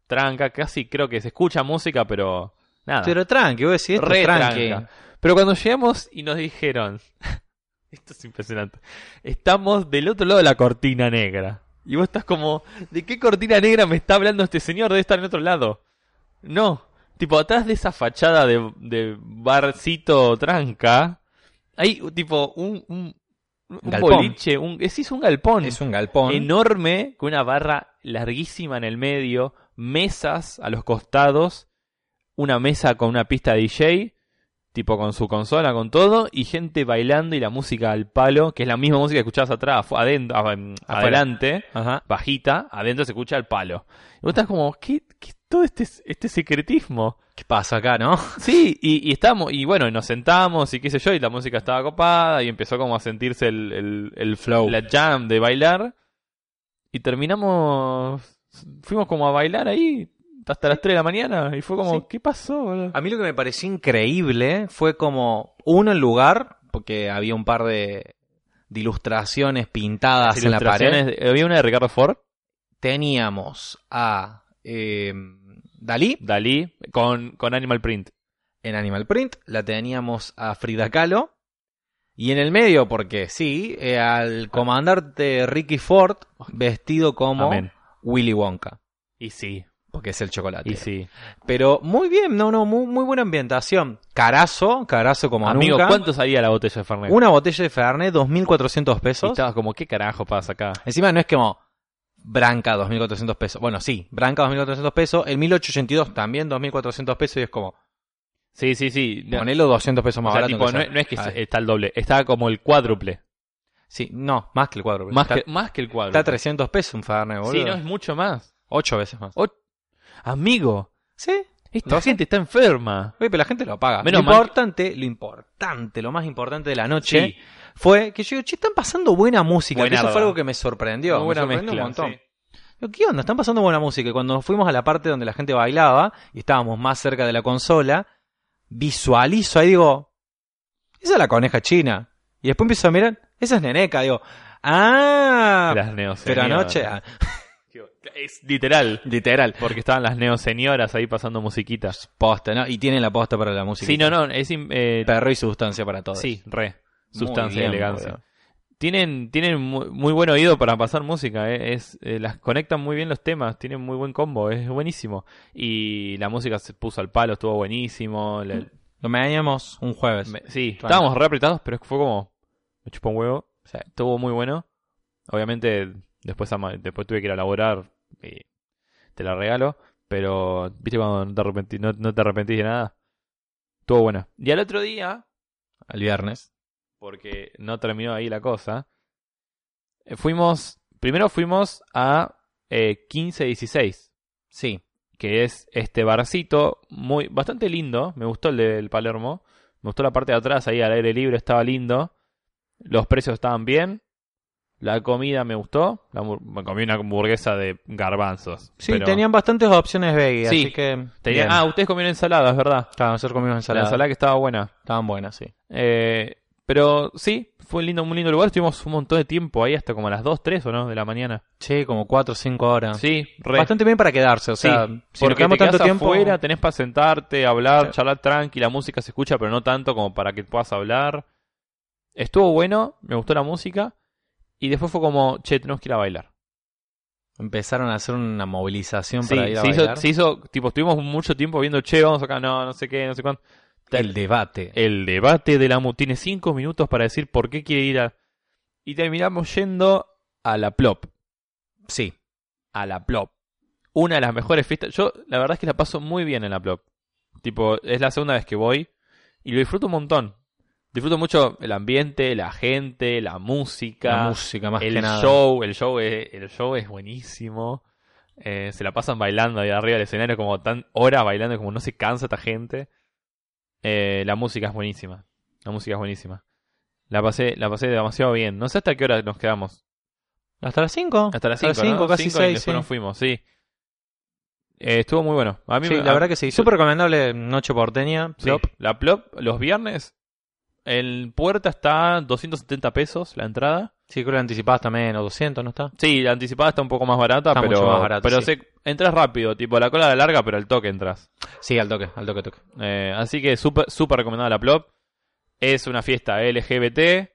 [SPEAKER 2] tranca, casi creo que se escucha música, pero nada.
[SPEAKER 1] Pero tranqui, vos decís, esto es
[SPEAKER 2] Re
[SPEAKER 1] tranqui.
[SPEAKER 2] tranca. Pero cuando llegamos y nos dijeron, esto es impresionante, estamos del otro lado de la cortina negra. Y vos estás como, ¿de qué cortina negra me está hablando este señor? Debe estar en otro lado. No, tipo, atrás de esa fachada de, de barcito tranca, hay tipo un, un, un
[SPEAKER 1] Galpón.
[SPEAKER 2] boliche, un, es, es un galpón
[SPEAKER 1] Es un galpón.
[SPEAKER 2] enorme, con una barra larguísima en el medio, mesas a los costados, una mesa con una pista DJ, tipo con su consola, con todo, y gente bailando y la música al palo, que es la misma música que escuchabas atrás, afu- adentro, ah, em,
[SPEAKER 1] Afuera.
[SPEAKER 2] adelante,
[SPEAKER 1] Ajá.
[SPEAKER 2] bajita, adentro se escucha al palo. Y vos estás como, ¿qué, qué es todo este, este secretismo?
[SPEAKER 1] ¿Qué pasa acá, no?
[SPEAKER 2] Sí, y, y estábamos, y bueno, y nos sentamos y qué sé yo, y la música estaba copada, y empezó como a sentirse el, el, el
[SPEAKER 1] Flow.
[SPEAKER 2] la jam de bailar. Y terminamos, fuimos como a bailar ahí hasta las 3 de la mañana, y fue como,
[SPEAKER 1] Sí.
[SPEAKER 2] ¿qué pasó? boludo?
[SPEAKER 1] A mí lo que me pareció increíble fue como, uno, el lugar, porque había un par de, de ilustraciones pintadas en la pared.
[SPEAKER 2] Ilustraciones de- Había una de Ricardo Ford,
[SPEAKER 1] Teníamos a eh, Dalí
[SPEAKER 2] Dalí, con, con Animal Print.
[SPEAKER 1] en Animal Print, la teníamos a Frida Kahlo, y en el medio, porque sí, eh, al comandante Ricky Ford vestido como
[SPEAKER 2] Amén.
[SPEAKER 1] Willy Wonka,
[SPEAKER 2] Y sí,
[SPEAKER 1] porque es el chocolate.
[SPEAKER 2] y sí.
[SPEAKER 1] Pero muy bien, no, no, muy, muy buena ambientación. Carazo, carazo como
[SPEAKER 2] Amigo,
[SPEAKER 1] nunca.
[SPEAKER 2] ¿cuánto salía la botella de Fernet?
[SPEAKER 1] Una botella de Fernet, 2.400
[SPEAKER 2] Y
[SPEAKER 1] pesos.
[SPEAKER 2] estabas como, ¿qué carajo pasa acá?
[SPEAKER 1] Encima no es como Branca, 2.400 pesos. Bueno, sí, Branca, 2.400 pesos. El 1882 también, 2.400 pesos. Y es como,
[SPEAKER 2] Sí, sí, sí.
[SPEAKER 1] ponelo 200 pesos
[SPEAKER 2] O
[SPEAKER 1] más
[SPEAKER 2] sea,
[SPEAKER 1] barato.
[SPEAKER 2] tipo,
[SPEAKER 1] aunque
[SPEAKER 2] no,
[SPEAKER 1] sea.
[SPEAKER 2] es- no es que
[SPEAKER 1] A ver.
[SPEAKER 2] está el doble, está como el cuádruple.
[SPEAKER 1] Sí, no, más que el cuadro.
[SPEAKER 2] Más,
[SPEAKER 1] está,
[SPEAKER 2] que, más que el cuádruple.
[SPEAKER 1] está 300 pesos un Fernet, boludo.
[SPEAKER 2] Sí, no, es mucho más.
[SPEAKER 1] Ocho veces más.
[SPEAKER 2] Amigo,
[SPEAKER 1] Sí.
[SPEAKER 2] esta
[SPEAKER 1] Lo sé.
[SPEAKER 2] gente está enferma.
[SPEAKER 1] Oye, pero la gente lo paga.
[SPEAKER 2] Menos
[SPEAKER 1] lo
[SPEAKER 2] mal que-
[SPEAKER 1] importante, lo importante, lo más importante de la noche
[SPEAKER 2] Sí.
[SPEAKER 1] fue que yo digo, che, están pasando buena música. que eso
[SPEAKER 2] Buenarda.
[SPEAKER 1] fue algo que me sorprendió.
[SPEAKER 2] Muy buena
[SPEAKER 1] me sorprendió
[SPEAKER 2] mezcla,
[SPEAKER 1] un montón.
[SPEAKER 2] sí.
[SPEAKER 1] Digo, ¿Qué onda? Están pasando buena música. Y cuando nos fuimos a la parte donde la gente bailaba y estábamos más cerca de la consola, visualizo ahí, digo, esa es la coneja china. Y después empiezo a mirar, esa es Neneca. Digo, ah,
[SPEAKER 2] Las neoseñoras.
[SPEAKER 1] pero anoche, ah,
[SPEAKER 2] Es literal.
[SPEAKER 1] literal,
[SPEAKER 2] Porque estaban las neoseñoras ahí pasando musiquitas.
[SPEAKER 1] posta, ¿no? Y tiene la posta para la música.
[SPEAKER 2] Sí, no, no. Es. im- eh,
[SPEAKER 1] Perro y sustancia para todos.
[SPEAKER 2] sí, re.
[SPEAKER 1] Muy
[SPEAKER 2] Sustancia y
[SPEAKER 1] bien,
[SPEAKER 2] elegancia.
[SPEAKER 1] boludo.
[SPEAKER 2] Tienen, tienen muy, muy buen oído para pasar música. eh, Es, eh, las conectan muy bien los temas. Tienen muy buen combo. Es buenísimo. Y la música se puso al palo. Estuvo buenísimo. la-
[SPEAKER 1] Lo meñamos un jueves.
[SPEAKER 2] Me- sí,
[SPEAKER 1] Tranca.
[SPEAKER 2] estábamos re apretados, pero fue como. Me chupó un huevo. O sea, estuvo muy bueno. Obviamente, después, ama- después tuve que ir a laborar y te la regalo. Pero, viste, cuando no te, arrepentí, no, no te arrepentís de nada. Estuvo buena. Y al otro día,
[SPEAKER 1] El viernes.
[SPEAKER 2] porque no terminó ahí la cosa, eh, fuimos. Primero fuimos a eh, 15-16,
[SPEAKER 1] Sí.
[SPEAKER 2] que es este barcito muy bastante lindo. Me gustó el del Palermo. Me gustó la parte de atrás, ahí al aire libre, estaba lindo. Los precios estaban bien. La comida me gustó. La hamburg- me comí una hamburguesa de garbanzos.
[SPEAKER 1] Sí,
[SPEAKER 2] pero-
[SPEAKER 1] tenían bastantes opciones veggie,
[SPEAKER 2] Sí,
[SPEAKER 1] así que...
[SPEAKER 2] tenía-
[SPEAKER 1] bien.
[SPEAKER 2] ah, ustedes comieron ensalada, es verdad.
[SPEAKER 1] Claro, nosotros comimos
[SPEAKER 2] La
[SPEAKER 1] ensalada.
[SPEAKER 2] ensalada que estaba buena.
[SPEAKER 1] Estaban buenas, sí.
[SPEAKER 2] Eh, pero sí, fue un lindo, un lindo lugar. Estuvimos un montón de tiempo ahí, hasta como a las 2, 3 o no, de la mañana.
[SPEAKER 1] Sí, como 4 o 5 horas.
[SPEAKER 2] Sí, re.
[SPEAKER 1] Bastante bien para quedarse, o
[SPEAKER 2] Sí,
[SPEAKER 1] sea, si nos
[SPEAKER 2] porque
[SPEAKER 1] quedamos
[SPEAKER 2] te
[SPEAKER 1] tanto
[SPEAKER 2] quedás
[SPEAKER 1] tiempo...
[SPEAKER 2] afuera, tenés para sentarte, hablar,
[SPEAKER 1] Sí.
[SPEAKER 2] charlar tranqui, la música se escucha, pero no tanto como para que puedas hablar. Estuvo bueno, me gustó la música. Y después fue como, che, tenemos que ir a bailar.
[SPEAKER 1] Empezaron a hacer una movilización
[SPEAKER 2] Sí,
[SPEAKER 1] para ir a
[SPEAKER 2] se, hizo,
[SPEAKER 1] bailar.
[SPEAKER 2] se hizo, tipo, estuvimos mucho tiempo viendo, che, vamos acá, no, no sé qué, no sé cuánto.
[SPEAKER 1] El debate.
[SPEAKER 2] El debate de la mu tiene cinco minutos para decir por qué quiere ir a. Y terminamos yendo a la plop.
[SPEAKER 1] Sí.
[SPEAKER 2] A la plop. Una de las mejores fiestas. Yo, la verdad es que la paso muy bien en la plop. Tipo, es la segunda vez que voy. Y lo disfruto un montón. Disfruto mucho el ambiente, la gente, la música.
[SPEAKER 1] La música, más
[SPEAKER 2] el
[SPEAKER 1] que nada.
[SPEAKER 2] show, el show es, el show es buenísimo. Eh, se la pasan bailando ahí arriba del escenario como tan horas bailando, como no se cansa esta gente. Eh, la música es buenísima. La música es buenísima. La pasé, la pasé demasiado bien. No sé hasta qué hora nos quedamos.
[SPEAKER 1] ¿Hasta las 5?
[SPEAKER 2] Hasta las 5,
[SPEAKER 1] casi 6, sí.
[SPEAKER 2] después nos fuimos, sí. Eh, estuvo muy bueno. A mí
[SPEAKER 1] Sí,
[SPEAKER 2] me-
[SPEAKER 1] la
[SPEAKER 2] a-
[SPEAKER 1] verdad que sí. Súper recomendable Noche Porteña.
[SPEAKER 2] sí,
[SPEAKER 1] Plop.
[SPEAKER 2] La plop, los viernes, el puerta está 270 pesos la entrada.
[SPEAKER 1] Sí, creo que la anticipadas también, o 200, ¿no está?
[SPEAKER 2] Sí, la anticipada está un poco más barata,
[SPEAKER 1] Está
[SPEAKER 2] pero,
[SPEAKER 1] mucho más barata,
[SPEAKER 2] pero
[SPEAKER 1] sí.
[SPEAKER 2] se- entras rápido, tipo la cola era larga, pero al toque entras.
[SPEAKER 1] Sí, al toque, al toque, toque.
[SPEAKER 2] Eh, así que súper súper recomendada la Plop. Es una fiesta LGBT,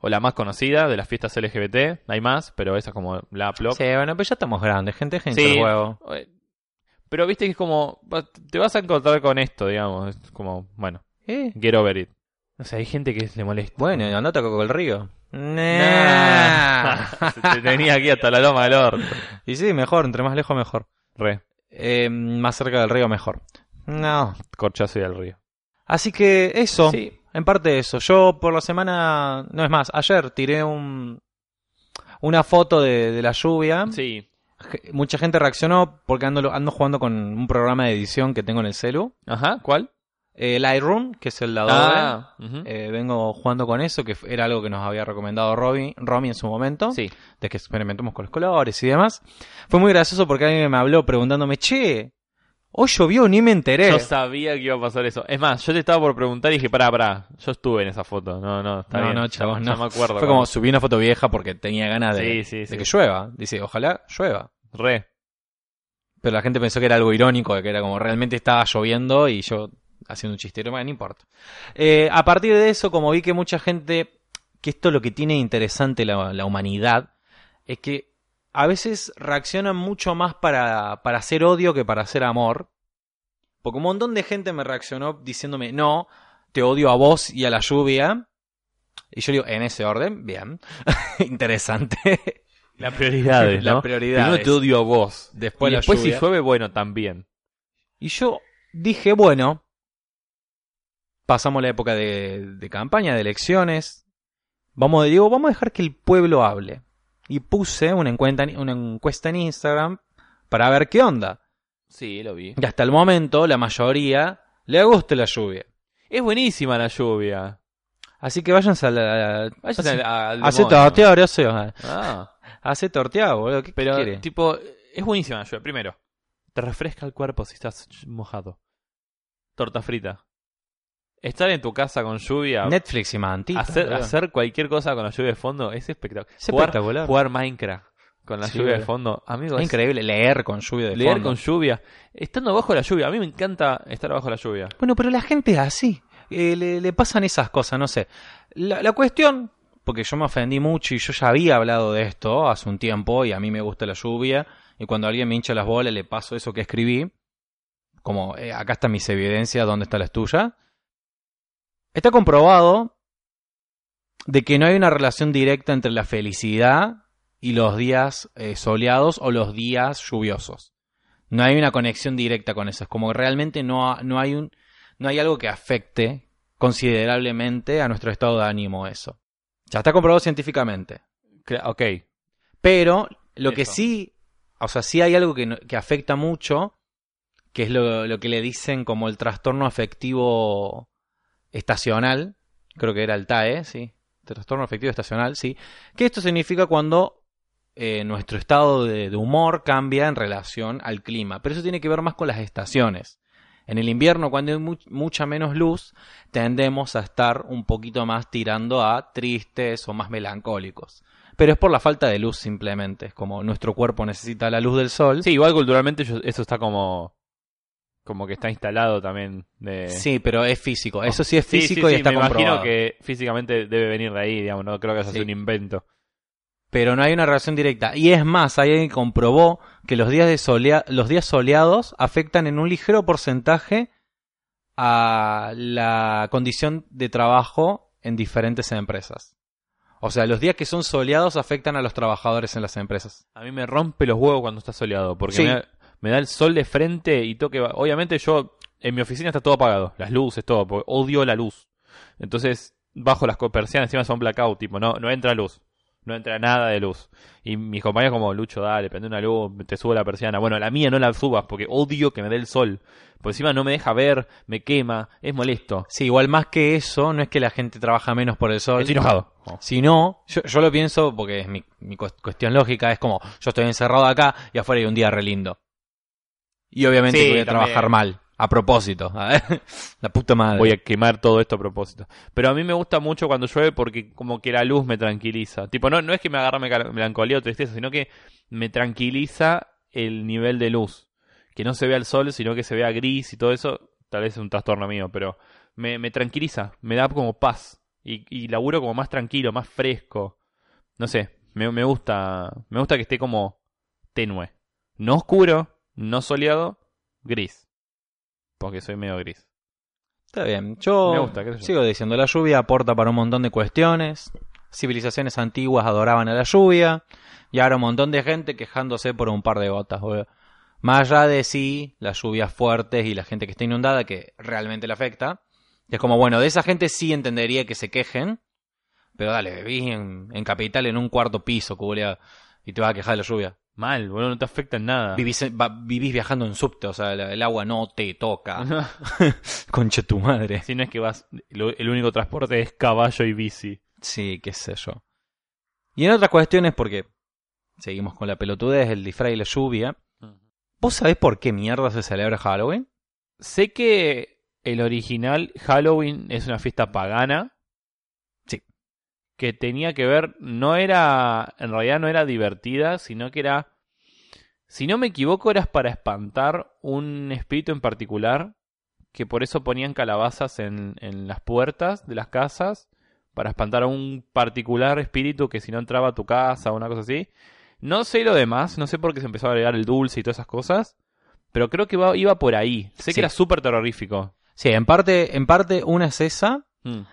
[SPEAKER 2] o la más conocida de las fiestas LGBT, hay más, pero esa es como la Plop.
[SPEAKER 1] Sí, bueno, pero ya estamos grandes, gente, gente,
[SPEAKER 2] Sí.
[SPEAKER 1] el huevo.
[SPEAKER 2] Eh, Pero viste que es como, va- te vas a encontrar con esto, digamos, es como, bueno,
[SPEAKER 1] Eh,
[SPEAKER 2] get over it. O sea, hay gente que le molesta.
[SPEAKER 1] Bueno, andate con el río.
[SPEAKER 2] Nah.
[SPEAKER 1] Nah.
[SPEAKER 2] Te tenía aquí hasta la loma del orto.
[SPEAKER 1] y sí, mejor, entre más lejos mejor.
[SPEAKER 2] Re,
[SPEAKER 1] Eh, más cerca del río mejor. No.
[SPEAKER 2] corchazo y al río.
[SPEAKER 1] Así que eso,
[SPEAKER 2] Sí,
[SPEAKER 1] en parte eso. Yo por la semana, no es más, ayer tiré un una foto de, de la lluvia.
[SPEAKER 2] sí,
[SPEAKER 1] Je- Mucha gente reaccionó porque ando, ando jugando con un programa de edición que tengo en el celu.
[SPEAKER 2] ajá, ¿cuál?
[SPEAKER 1] Eh, Lightroom, que es el de Adobe.
[SPEAKER 2] Ah, ujú.
[SPEAKER 1] Eh, vengo jugando con eso, que f- era algo que nos había recomendado Robbie, Romy en su momento,
[SPEAKER 2] sí.
[SPEAKER 1] de que experimentemos con los colores y demás. Fue muy gracioso porque alguien me habló preguntándome, che, hoy llovió, ni me enteré.
[SPEAKER 2] Yo sabía que iba a pasar eso. Es más, yo te estaba por preguntar y dije, pará, pará, yo estuve en esa foto. No, no, está
[SPEAKER 1] No,
[SPEAKER 2] bien.
[SPEAKER 1] no, chabón,
[SPEAKER 2] Ya
[SPEAKER 1] no.
[SPEAKER 2] me acuerdo.
[SPEAKER 1] Fue como subí una foto vieja porque tenía ganas de,
[SPEAKER 2] Sí, sí,
[SPEAKER 1] de
[SPEAKER 2] sí.
[SPEAKER 1] que llueva. Dice, ojalá llueva.
[SPEAKER 2] Re.
[SPEAKER 1] Pero la gente pensó que era algo irónico, que era como realmente estaba lloviendo y yo haciendo un chistero, bueno, no importa. Eh, a partir de eso, como vi que mucha gente, que esto es lo que tiene interesante la, la humanidad, es que a veces reaccionan mucho más para, para hacer odio que para hacer amor. Porque un montón de gente me reaccionó diciéndome, no, te odio a vos y a la lluvia. Y yo digo, en ese orden, bien, interesante.
[SPEAKER 2] La prioridad, ¿no?
[SPEAKER 1] La prioridad
[SPEAKER 2] Primero te
[SPEAKER 1] es-
[SPEAKER 2] odio a vos.
[SPEAKER 1] Después
[SPEAKER 2] y
[SPEAKER 1] la
[SPEAKER 2] después si
[SPEAKER 1] lluvia.
[SPEAKER 2] llueve, bueno, también.
[SPEAKER 1] Y yo dije, bueno, pasamos la época de, de campaña, de elecciones. Vamos, digo, vamos a dejar que el pueblo hable. Y puse una encuesta, en- una encuesta en Instagram para ver qué onda.
[SPEAKER 2] Sí, lo vi.
[SPEAKER 1] Y hasta el momento, la mayoría le gusta la lluvia.
[SPEAKER 2] Es buenísima la lluvia.
[SPEAKER 1] Así que váyanse a la.
[SPEAKER 2] Váyanse al- al
[SPEAKER 1] Hace
[SPEAKER 2] demonio.
[SPEAKER 1] torteado, Horacio.
[SPEAKER 2] Ah,
[SPEAKER 1] Hace torteado, boludo. ¿Qué
[SPEAKER 2] pero,
[SPEAKER 1] quiere?
[SPEAKER 2] tipo, es buenísima la lluvia. Primero, te refresca el cuerpo si estás mojado. Torta frita. Estar en tu casa con lluvia.
[SPEAKER 1] Netflix y mantita.
[SPEAKER 2] Hacer,
[SPEAKER 1] boludo.
[SPEAKER 2] hacer cuyer cosa con la lluvia de fondo es espectacular.
[SPEAKER 1] Es
[SPEAKER 2] Jugar-
[SPEAKER 1] espectacular.
[SPEAKER 2] Jugar Minecraft con la
[SPEAKER 1] Sí,
[SPEAKER 2] lluvia de
[SPEAKER 1] boludo.
[SPEAKER 2] fondo. Amigos,
[SPEAKER 1] Es increíble leer con lluvia de
[SPEAKER 2] leer
[SPEAKER 1] fondo.
[SPEAKER 2] con lluvia. Estando bajo la lluvia. A mí me encanta estar bajo la lluvia.
[SPEAKER 1] Bueno, pero la gente es así. Eh, le, le pasan esas cosas, no sé. La, la cuestión, porque yo me ofendí mucho y yo ya había hablado de esto hace un tiempo y a mí me gusta la lluvia y cuando alguien me hincha las bolas le paso eso que escribí, como eh, acá están mis evidencias, ¿dónde están las tuyas? Está comprobado de que no hay una relación directa entre la felicidad y los días eh, soleados o los días lluviosos. No hay una conexión directa con eso. Es como que realmente no, ha- no hay un, no hay algo que afecte considerablemente a nuestro estado de ánimo eso. Ya está comprobado científicamente.
[SPEAKER 2] Cla- Ok.
[SPEAKER 1] Pero lo que
[SPEAKER 2] Eso.
[SPEAKER 1] sí, o sea, sí hay algo que, no- que afecta mucho, que es lo, lo que le dicen como el trastorno afectivo estacional, creo que era el TAE, sí. Trastorno afectivo estacional, sí. Que esto significa cuando eh, nuestro estado de, de humor cambia en relación al clima. Pero eso tiene que ver más con las estaciones. En el invierno, cuando hay mu- mucha menos luz, tendemos a estar un poquito más tirando a tristes o más melancólicos. Pero es por la falta de luz simplemente. Es como nuestro cuerpo necesita la luz del sol.
[SPEAKER 2] Sí, igual culturalmente yo- eso está como. Como que está instalado también. De...
[SPEAKER 1] Sí, pero es físico. Eso sí es
[SPEAKER 2] Sí, sí,
[SPEAKER 1] físico
[SPEAKER 2] sí,
[SPEAKER 1] y está
[SPEAKER 2] me
[SPEAKER 1] comprobado.
[SPEAKER 2] imagino que físicamente debe venir de ahí, digamos, no creo que haya
[SPEAKER 1] Sí.
[SPEAKER 2] sido un invento.
[SPEAKER 1] Pero no hay una relación directa. Y es más, hay alguien que comprobó que los días, de solea- los días soleados afectan en un ligero porcentaje a la condición de trabajo en diferentes empresas. O sea, los días que son soleados afectan a los trabajadores en las empresas.
[SPEAKER 2] A mí me rompe los huevos cuando está soleado, porque
[SPEAKER 1] Sí.
[SPEAKER 2] me, da, me da el sol de frente y toque. Obviamente yo, en mi oficina está todo apagado, las luces, todo, porque odio la luz. Entonces, bajo las co- persianas, encima son blackout, tipo, no, no entra luz, no entra nada de luz. Y mis compañeros como, Lucho, dale, prende una luz, te subo la persiana. Bueno, la mía no la subas, porque odio que me dé el sol. Por encima no me deja ver, me quema, es molesto.
[SPEAKER 1] Sí, igual más que eso, no es que la gente trabaja menos por el sol.
[SPEAKER 2] Estoy enojado.
[SPEAKER 1] Si no, yo, yo lo pienso porque es mi, mi cues- cuestión lógica, es como yo estoy encerrado acá y afuera hay un día re lindo. Y obviamente
[SPEAKER 2] Sí,
[SPEAKER 1] que voy a
[SPEAKER 2] también.
[SPEAKER 1] trabajar mal, a propósito. a ver, La puta madre.
[SPEAKER 2] Voy a quemar todo esto a propósito. Pero a mí me gusta mucho cuando llueve porque como que la luz me tranquiliza. Tipo, no, no es que me agarre meca- melancolía o tristeza, sino que me tranquiliza el nivel de luz. Que no se vea el sol, sino que se vea gris y todo eso. Tal vez es un trastorno mío, pero me, me tranquiliza, me da como paz. Y, y laburo como más tranquilo, más fresco. No sé, me, me gusta. Me gusta que esté como tenue. No oscuro, no soleado, gris. Porque soy medio gris.
[SPEAKER 1] Está bien. Yo,
[SPEAKER 2] Me gusta, qué sé yo.
[SPEAKER 1] sigo diciendo, la lluvia aporta para un montón de cuestiones. Civilizaciones antiguas adoraban a la lluvia. Y ahora un montón de gente quejándose por un par de gotas. boludo. Más allá de sí, las lluvias fuertes y la gente que está inundada, que realmente le afecta. Es como, bueno, de esa gente sí entendería que se quejen. Pero dale, vivís en, en Capital en un cuarto piso, culeado, y te vas a quejar de la lluvia.
[SPEAKER 2] Mal, boludo, no te afecta en nada.
[SPEAKER 1] Vivís, en- va- vivís viajando en subte, o sea, la- el agua no te toca. Conche tu madre.
[SPEAKER 2] si no es que vas. lo- el único transporte es caballo y bici.
[SPEAKER 1] Sí, qué sé yo. Y en otras cuestiones, porque seguimos con la pelotudez, el disfraz y la lluvia. ¿Vos sabés por qué mierda se celebra Halloween?
[SPEAKER 2] Sé que el original Halloween es una fiesta pagana.
[SPEAKER 1] Sí.
[SPEAKER 2] Que tenía que ver. No era. En realidad no era divertida, sino que era. Si no me equivoco, eras para espantar un espíritu en particular. Que por eso ponían calabazas en, en las puertas de las casas. Para espantar a un particular espíritu que si no entraba a tu casa o una cosa así. No sé lo demás, no sé por qué se empezó a agregar el dulce y todas esas cosas. Pero creo que iba, iba por ahí. Sé
[SPEAKER 1] Sí.
[SPEAKER 2] que era súper terrorífico.
[SPEAKER 1] Sí, en parte, en parte una es esa,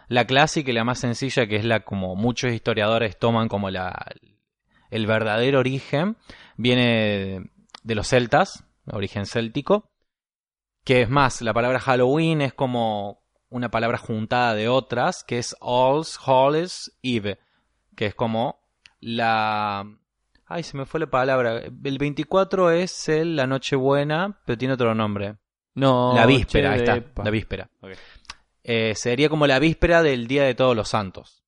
[SPEAKER 1] la clásica y la más sencilla, que es la como muchos historiadores toman como la el verdadero origen, viene de los celtas, origen céltico, que es más, la palabra Halloween es como una palabra juntada de otras, que es All's Hallows Eve, que es como la... Ay, se me fue la palabra. El 24 es el- la Nochebuena, pero tiene otro nombre.
[SPEAKER 2] No.
[SPEAKER 1] La víspera, ahí
[SPEAKER 2] che,
[SPEAKER 1] está.
[SPEAKER 2] epa.
[SPEAKER 1] La víspera.
[SPEAKER 2] Ok.
[SPEAKER 1] Eh, sería como la víspera del Día de Todos los Santos.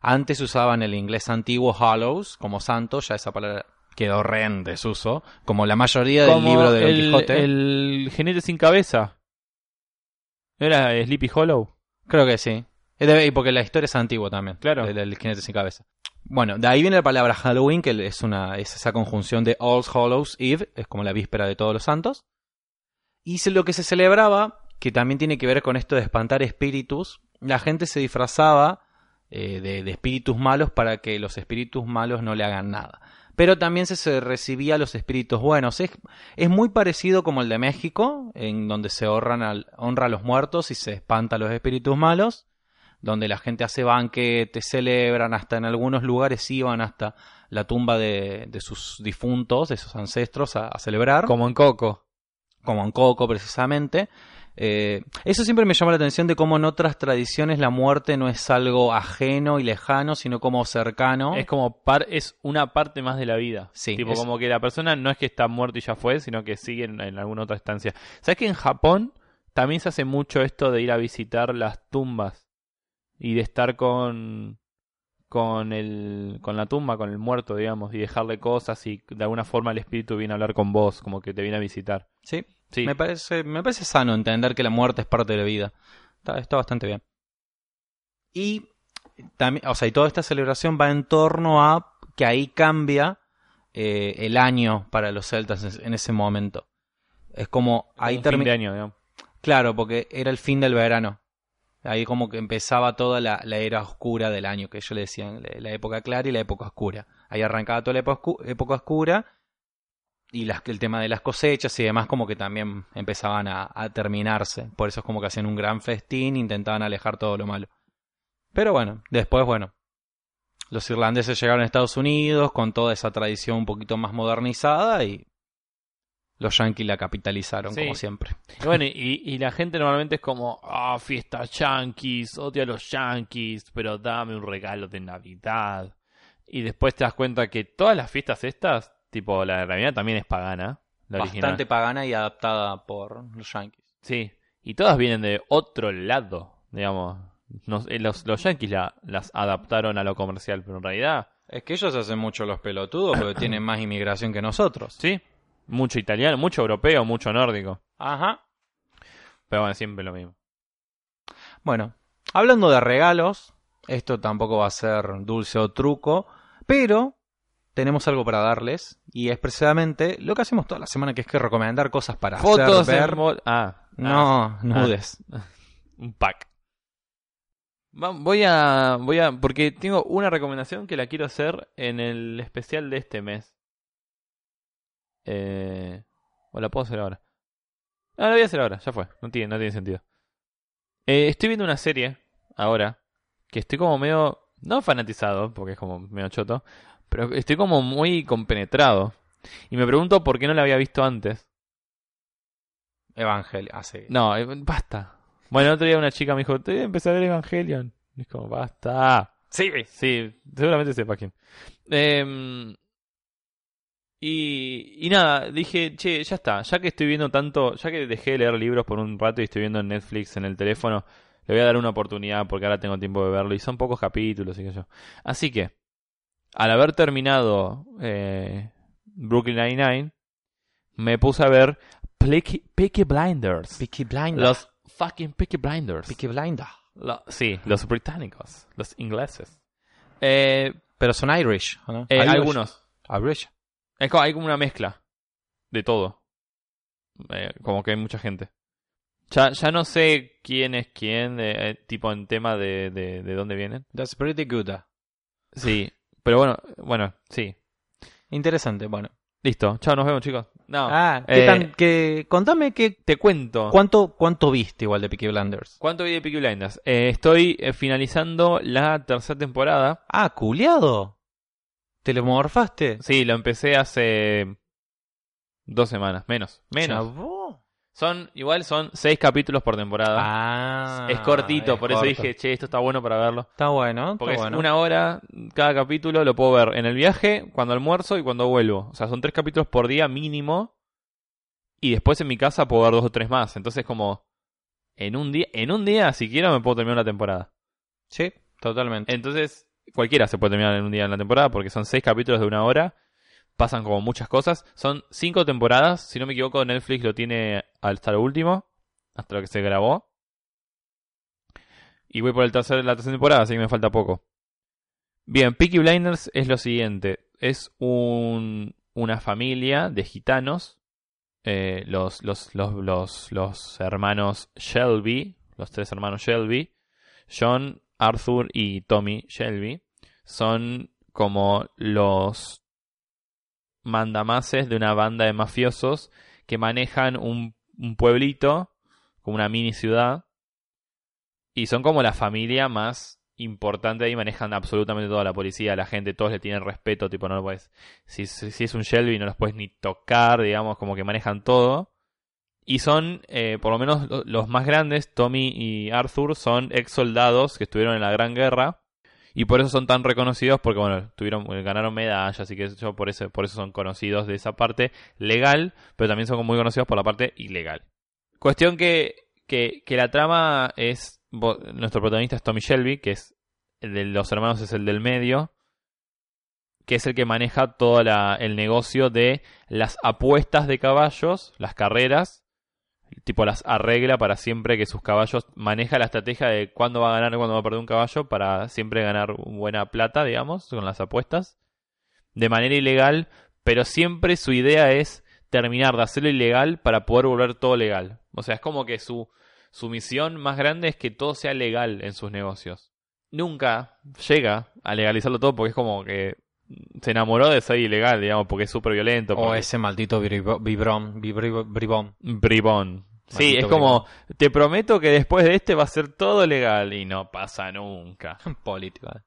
[SPEAKER 1] Antes usaban el inglés antiguo Hallows como santo, ya esa palabra quedó re en desuso, como la mayoría del
[SPEAKER 2] Como
[SPEAKER 1] libro de Don
[SPEAKER 2] el,
[SPEAKER 1] Quijote.
[SPEAKER 2] El jinete sin cabeza. ¿No era Sleepy Hollow?
[SPEAKER 1] Creo que sí. Es de- y porque la historia es antigua también.
[SPEAKER 2] Claro.
[SPEAKER 1] Del, del jinete sin cabeza. Bueno, de ahí viene la palabra Halloween, que es, una, es esa conjunción de All Hallows Eve, es como la víspera de todos los santos. Y se- lo que se celebraba, que también tiene que ver con esto de espantar espíritus, la gente se disfrazaba eh, de, de espíritus malos para que los espíritus malos no le hagan nada. Pero también se, se recibía a los espíritus buenos. Es, es muy parecido como el de México, en donde se honran al- honra a los muertos y se espanta a los espíritus malos, donde la gente hace banquetes, celebran, hasta en algunos lugares iban hasta la tumba de, de sus difuntos, de sus ancestros, a, a celebrar, como,
[SPEAKER 2] Como en Coco.
[SPEAKER 1] en Coco precisamente. Eh, eso siempre me llama la atención de cómo en otras tradiciones la muerte no es algo ajeno y lejano, sino como cercano.
[SPEAKER 2] Es como par, es una parte más de la vida.
[SPEAKER 1] Sí,
[SPEAKER 2] Tipo,
[SPEAKER 1] es-
[SPEAKER 2] como que la persona no es que está muerta y ya fue, sino que sigue en, en alguna otra estancia. ¿Sabes que en Japón también se hace mucho esto de ir a visitar las tumbas y de estar con con, el, con la tumba, con el muerto, digamos, y dejarle cosas y de alguna forma el espíritu viene a hablar con vos, como que te viene a visitar.
[SPEAKER 1] Sí,
[SPEAKER 2] Sí,
[SPEAKER 1] Me, parece, me parece sano entender que la muerte es parte de la vida. Está, está bastante bien. Y también, o sea, y toda esta celebración va en torno a que ahí cambia eh, el año para los celtas en- en ese momento. Es como ahí
[SPEAKER 2] un fin de
[SPEAKER 1] termina.
[SPEAKER 2] año, digamos.
[SPEAKER 1] Claro, porque era el fin del verano. Ahí como que empezaba toda la, la era oscura del año, que ellos le decían la, la época clara y la época oscura. Ahí arrancaba toda la época, oscu- época oscura y las, el tema de las cosechas y demás como que también empezaban a, a terminarse. Por eso es como que hacían un gran festín, intentaban alejar todo lo malo. Pero bueno, después bueno, los irlandeses llegaron a Estados Unidos con toda esa tradición un poquito más modernizada y los yanquis la capitalizaron
[SPEAKER 2] Sí.
[SPEAKER 1] como siempre.
[SPEAKER 2] Y bueno, y, y la gente normalmente es como, ah, fiesta yankees, odio a los yankees, pero dame un regalo de Navidad. Y después te das cuenta que todas las fiestas estas, tipo la de Navidad también es pagana, la original.
[SPEAKER 1] bastante pagana y adaptada por los yankees.
[SPEAKER 2] Sí, y todas vienen de otro lado, digamos. Nos- eh, los, los yankees la- las adaptaron a lo comercial, pero en realidad,
[SPEAKER 1] Es que ellos hacen mucho los pelotudos porque tienen más inmigración que nosotros.
[SPEAKER 2] sí, mucho italiano, mucho europeo, mucho nórdico.
[SPEAKER 1] Ajá.
[SPEAKER 2] Pero bueno, siempre lo mismo.
[SPEAKER 1] Bueno, hablando de regalos, esto tampoco va a ser dulce o truco, pero tenemos algo para darles y es precisamente lo que hacemos toda la semana, que es que recomendar cosas para
[SPEAKER 2] Fotos,
[SPEAKER 1] hacer, ver.
[SPEAKER 2] en mo- ah, ah,
[SPEAKER 1] No, nudes.
[SPEAKER 2] Un pack. Va- Voy a, voy a. Porque tengo una recomendación que la quiero hacer en el especial de este mes. Eh, o la puedo hacer ahora. No, la voy a hacer ahora, ya fue. No tiene, no tiene sentido. Eh, estoy viendo una serie ahora que estoy como medio. No fanatizado, porque es como medio choto. Pero estoy como muy compenetrado. Y me pregunto por qué no la había visto antes.
[SPEAKER 1] Evangelio. Ah, sí.
[SPEAKER 2] No, eh, basta. Bueno, el otro día una chica me dijo, te voy a empezar a ver Evangelion. Y es como, basta.
[SPEAKER 1] Sí.
[SPEAKER 2] Sí, seguramente sepa quién. Em, y, y nada, dije, che, ya está. Ya que estoy viendo tanto, ya que dejé de leer libros por un rato y estoy viendo en Netflix en el teléfono, le voy a dar una oportunidad porque ahora tengo tiempo de verlo y son pocos capítulos y qué sé yo. Así que, al haber terminado eh, Brooklyn Nine-Nine, me puse a ver Peaky, Peaky Blinders.
[SPEAKER 1] Peaky Blinder.
[SPEAKER 2] Los fucking Peaky Blinders.
[SPEAKER 1] Peaky Blinder.
[SPEAKER 2] Lo- sí, los británicos, los ingleses. Eh,
[SPEAKER 1] Pero son Irish, ¿o ¿no?
[SPEAKER 2] eh,
[SPEAKER 1] Irish.
[SPEAKER 2] algunos.
[SPEAKER 1] Irish.
[SPEAKER 2] Es como- hay como una mezcla de todo. Eh, como que hay mucha gente. Ya, ya no sé quién es quién, eh, eh, tipo en tema de, de, de dónde vienen.
[SPEAKER 1] That's pretty good.
[SPEAKER 2] Sí, pero bueno, bueno, sí.
[SPEAKER 1] Interesante, bueno.
[SPEAKER 2] Listo, chao, nos vemos chicos. No,
[SPEAKER 1] Ah, ¿qué
[SPEAKER 2] eh,
[SPEAKER 1] tan- qué- contame qué,
[SPEAKER 2] te cuento.
[SPEAKER 1] ¿Cuánto, ¿Cuánto viste igual de Peaky Blinders?
[SPEAKER 2] ¿Cuánto vi de Peaky Blinders? Eh, estoy eh, finalizando la tercera temporada.
[SPEAKER 1] Ah, culiado. ¿Te lo morfaste?
[SPEAKER 2] Sí, lo empecé hace dos semanas, menos, menos.
[SPEAKER 1] Chabó.
[SPEAKER 2] Son igual son seis capítulos por temporada.
[SPEAKER 1] Ah,
[SPEAKER 2] es cortito,
[SPEAKER 1] es
[SPEAKER 2] por eso
[SPEAKER 1] corto.
[SPEAKER 2] dije, che, esto está bueno para verlo.
[SPEAKER 1] Está bueno,
[SPEAKER 2] Porque
[SPEAKER 1] está
[SPEAKER 2] es
[SPEAKER 1] bueno.
[SPEAKER 2] una hora cada capítulo, lo puedo ver en el viaje, cuando almuerzo y cuando vuelvo. O sea, son tres capítulos por día mínimo. Y después en mi casa puedo ver dos o tres más. Entonces como en un día, en un día si quiero me puedo terminar una temporada.
[SPEAKER 1] Sí, totalmente.
[SPEAKER 2] Entonces, cualquiera se puede terminar en un día en la temporada porque son seis capítulos de una hora. Pasan como muchas cosas. Son cinco temporadas. Si no me equivoco, Netflix lo tiene hasta lo último. Hasta lo que se grabó. Y voy por el tercer, la tercera temporada, así que me falta poco. Bien, Peaky Blinders es lo siguiente. Es un, una familia de gitanos. eh, los, los, los, los, los hermanos Shelby. Los tres hermanos Shelby. John, Arthur y Tommy Shelby son como los mandamases de una banda de mafiosos que manejan un, un pueblito, como una mini ciudad, y son como la familia más importante ahí, manejan absolutamente toda la policía, la gente, todos le tienen respeto, tipo, no lo puedes, si, si- si es un Shelby no los puedes ni tocar, digamos, como que manejan todo. Y son, eh, por lo menos lo- los más grandes, Tommy y Arthur, son ex soldados que estuvieron en la Gran Guerra. Y por eso son tan reconocidos, porque bueno, tuvieron, eh, ganaron medallas y qué sé yo, por eso, por eso son conocidos de esa parte legal, pero también son muy conocidos por la parte ilegal. Cuestión que, que, que la trama es, bo- nuestro protagonista es Tommy Shelby, que es el de los hermanos es el del medio, que es el que maneja todo la- el negocio de las apuestas de caballos, las carreras, tipo las arregla para siempre que sus caballos, maneja la estrategia de cuándo va a ganar y cuándo va a perder un caballo para siempre ganar buena plata, digamos, con las apuestas, de manera ilegal, pero siempre su idea es terminar de hacerlo ilegal para poder volver todo legal. O sea, es como que su, su misión más grande es que todo sea legal en sus negocios. Nunca llega a legalizarlo todo porque es como que se enamoró de ser ilegal, digamos, porque es súper violento.
[SPEAKER 1] O
[SPEAKER 2] porque-
[SPEAKER 1] ese maldito bribo- vibrón, vibri- bribón.
[SPEAKER 2] Bribón. Sí,
[SPEAKER 1] Maldito
[SPEAKER 2] es como, te prometo que después de este va a ser todo legal y no pasa nunca.
[SPEAKER 1] Político. eh.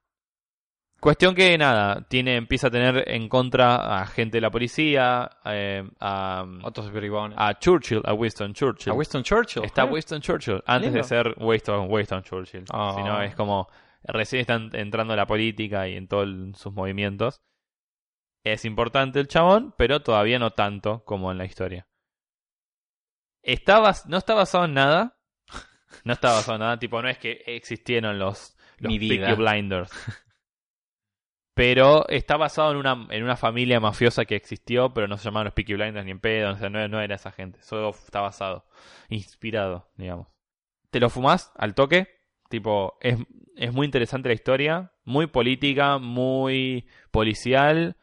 [SPEAKER 2] Cuestión que nada, tiene, empieza a tener en contra a gente de la policía, eh, a,
[SPEAKER 1] Otros bribones.
[SPEAKER 2] a Churchill, a Winston Churchill.
[SPEAKER 1] A Winston Churchill.
[SPEAKER 2] Ah, Está
[SPEAKER 1] ¿eh?
[SPEAKER 2] Winston Churchill, antes
[SPEAKER 1] Lindo.
[SPEAKER 2] de ser Winston, Winston Churchill.
[SPEAKER 1] Ah.
[SPEAKER 2] Si no, es como recién están entrando en la política y en todos sus movimientos. Es importante el chabón, pero todavía no tanto como en la historia. Está bas- no está basado en nada. No está basado en nada. Tipo, no es que existieron los, los
[SPEAKER 1] Mi vida.
[SPEAKER 2] Peaky Blinders. Pero está basado en una, en una familia mafiosa que existió, pero no se llamaban los Peaky Blinders ni en pedo, o sea, no, no era esa gente. Solo está basado, inspirado, digamos. Te lo fumás al toque, tipo, es, es muy interesante la historia, muy política, muy policial,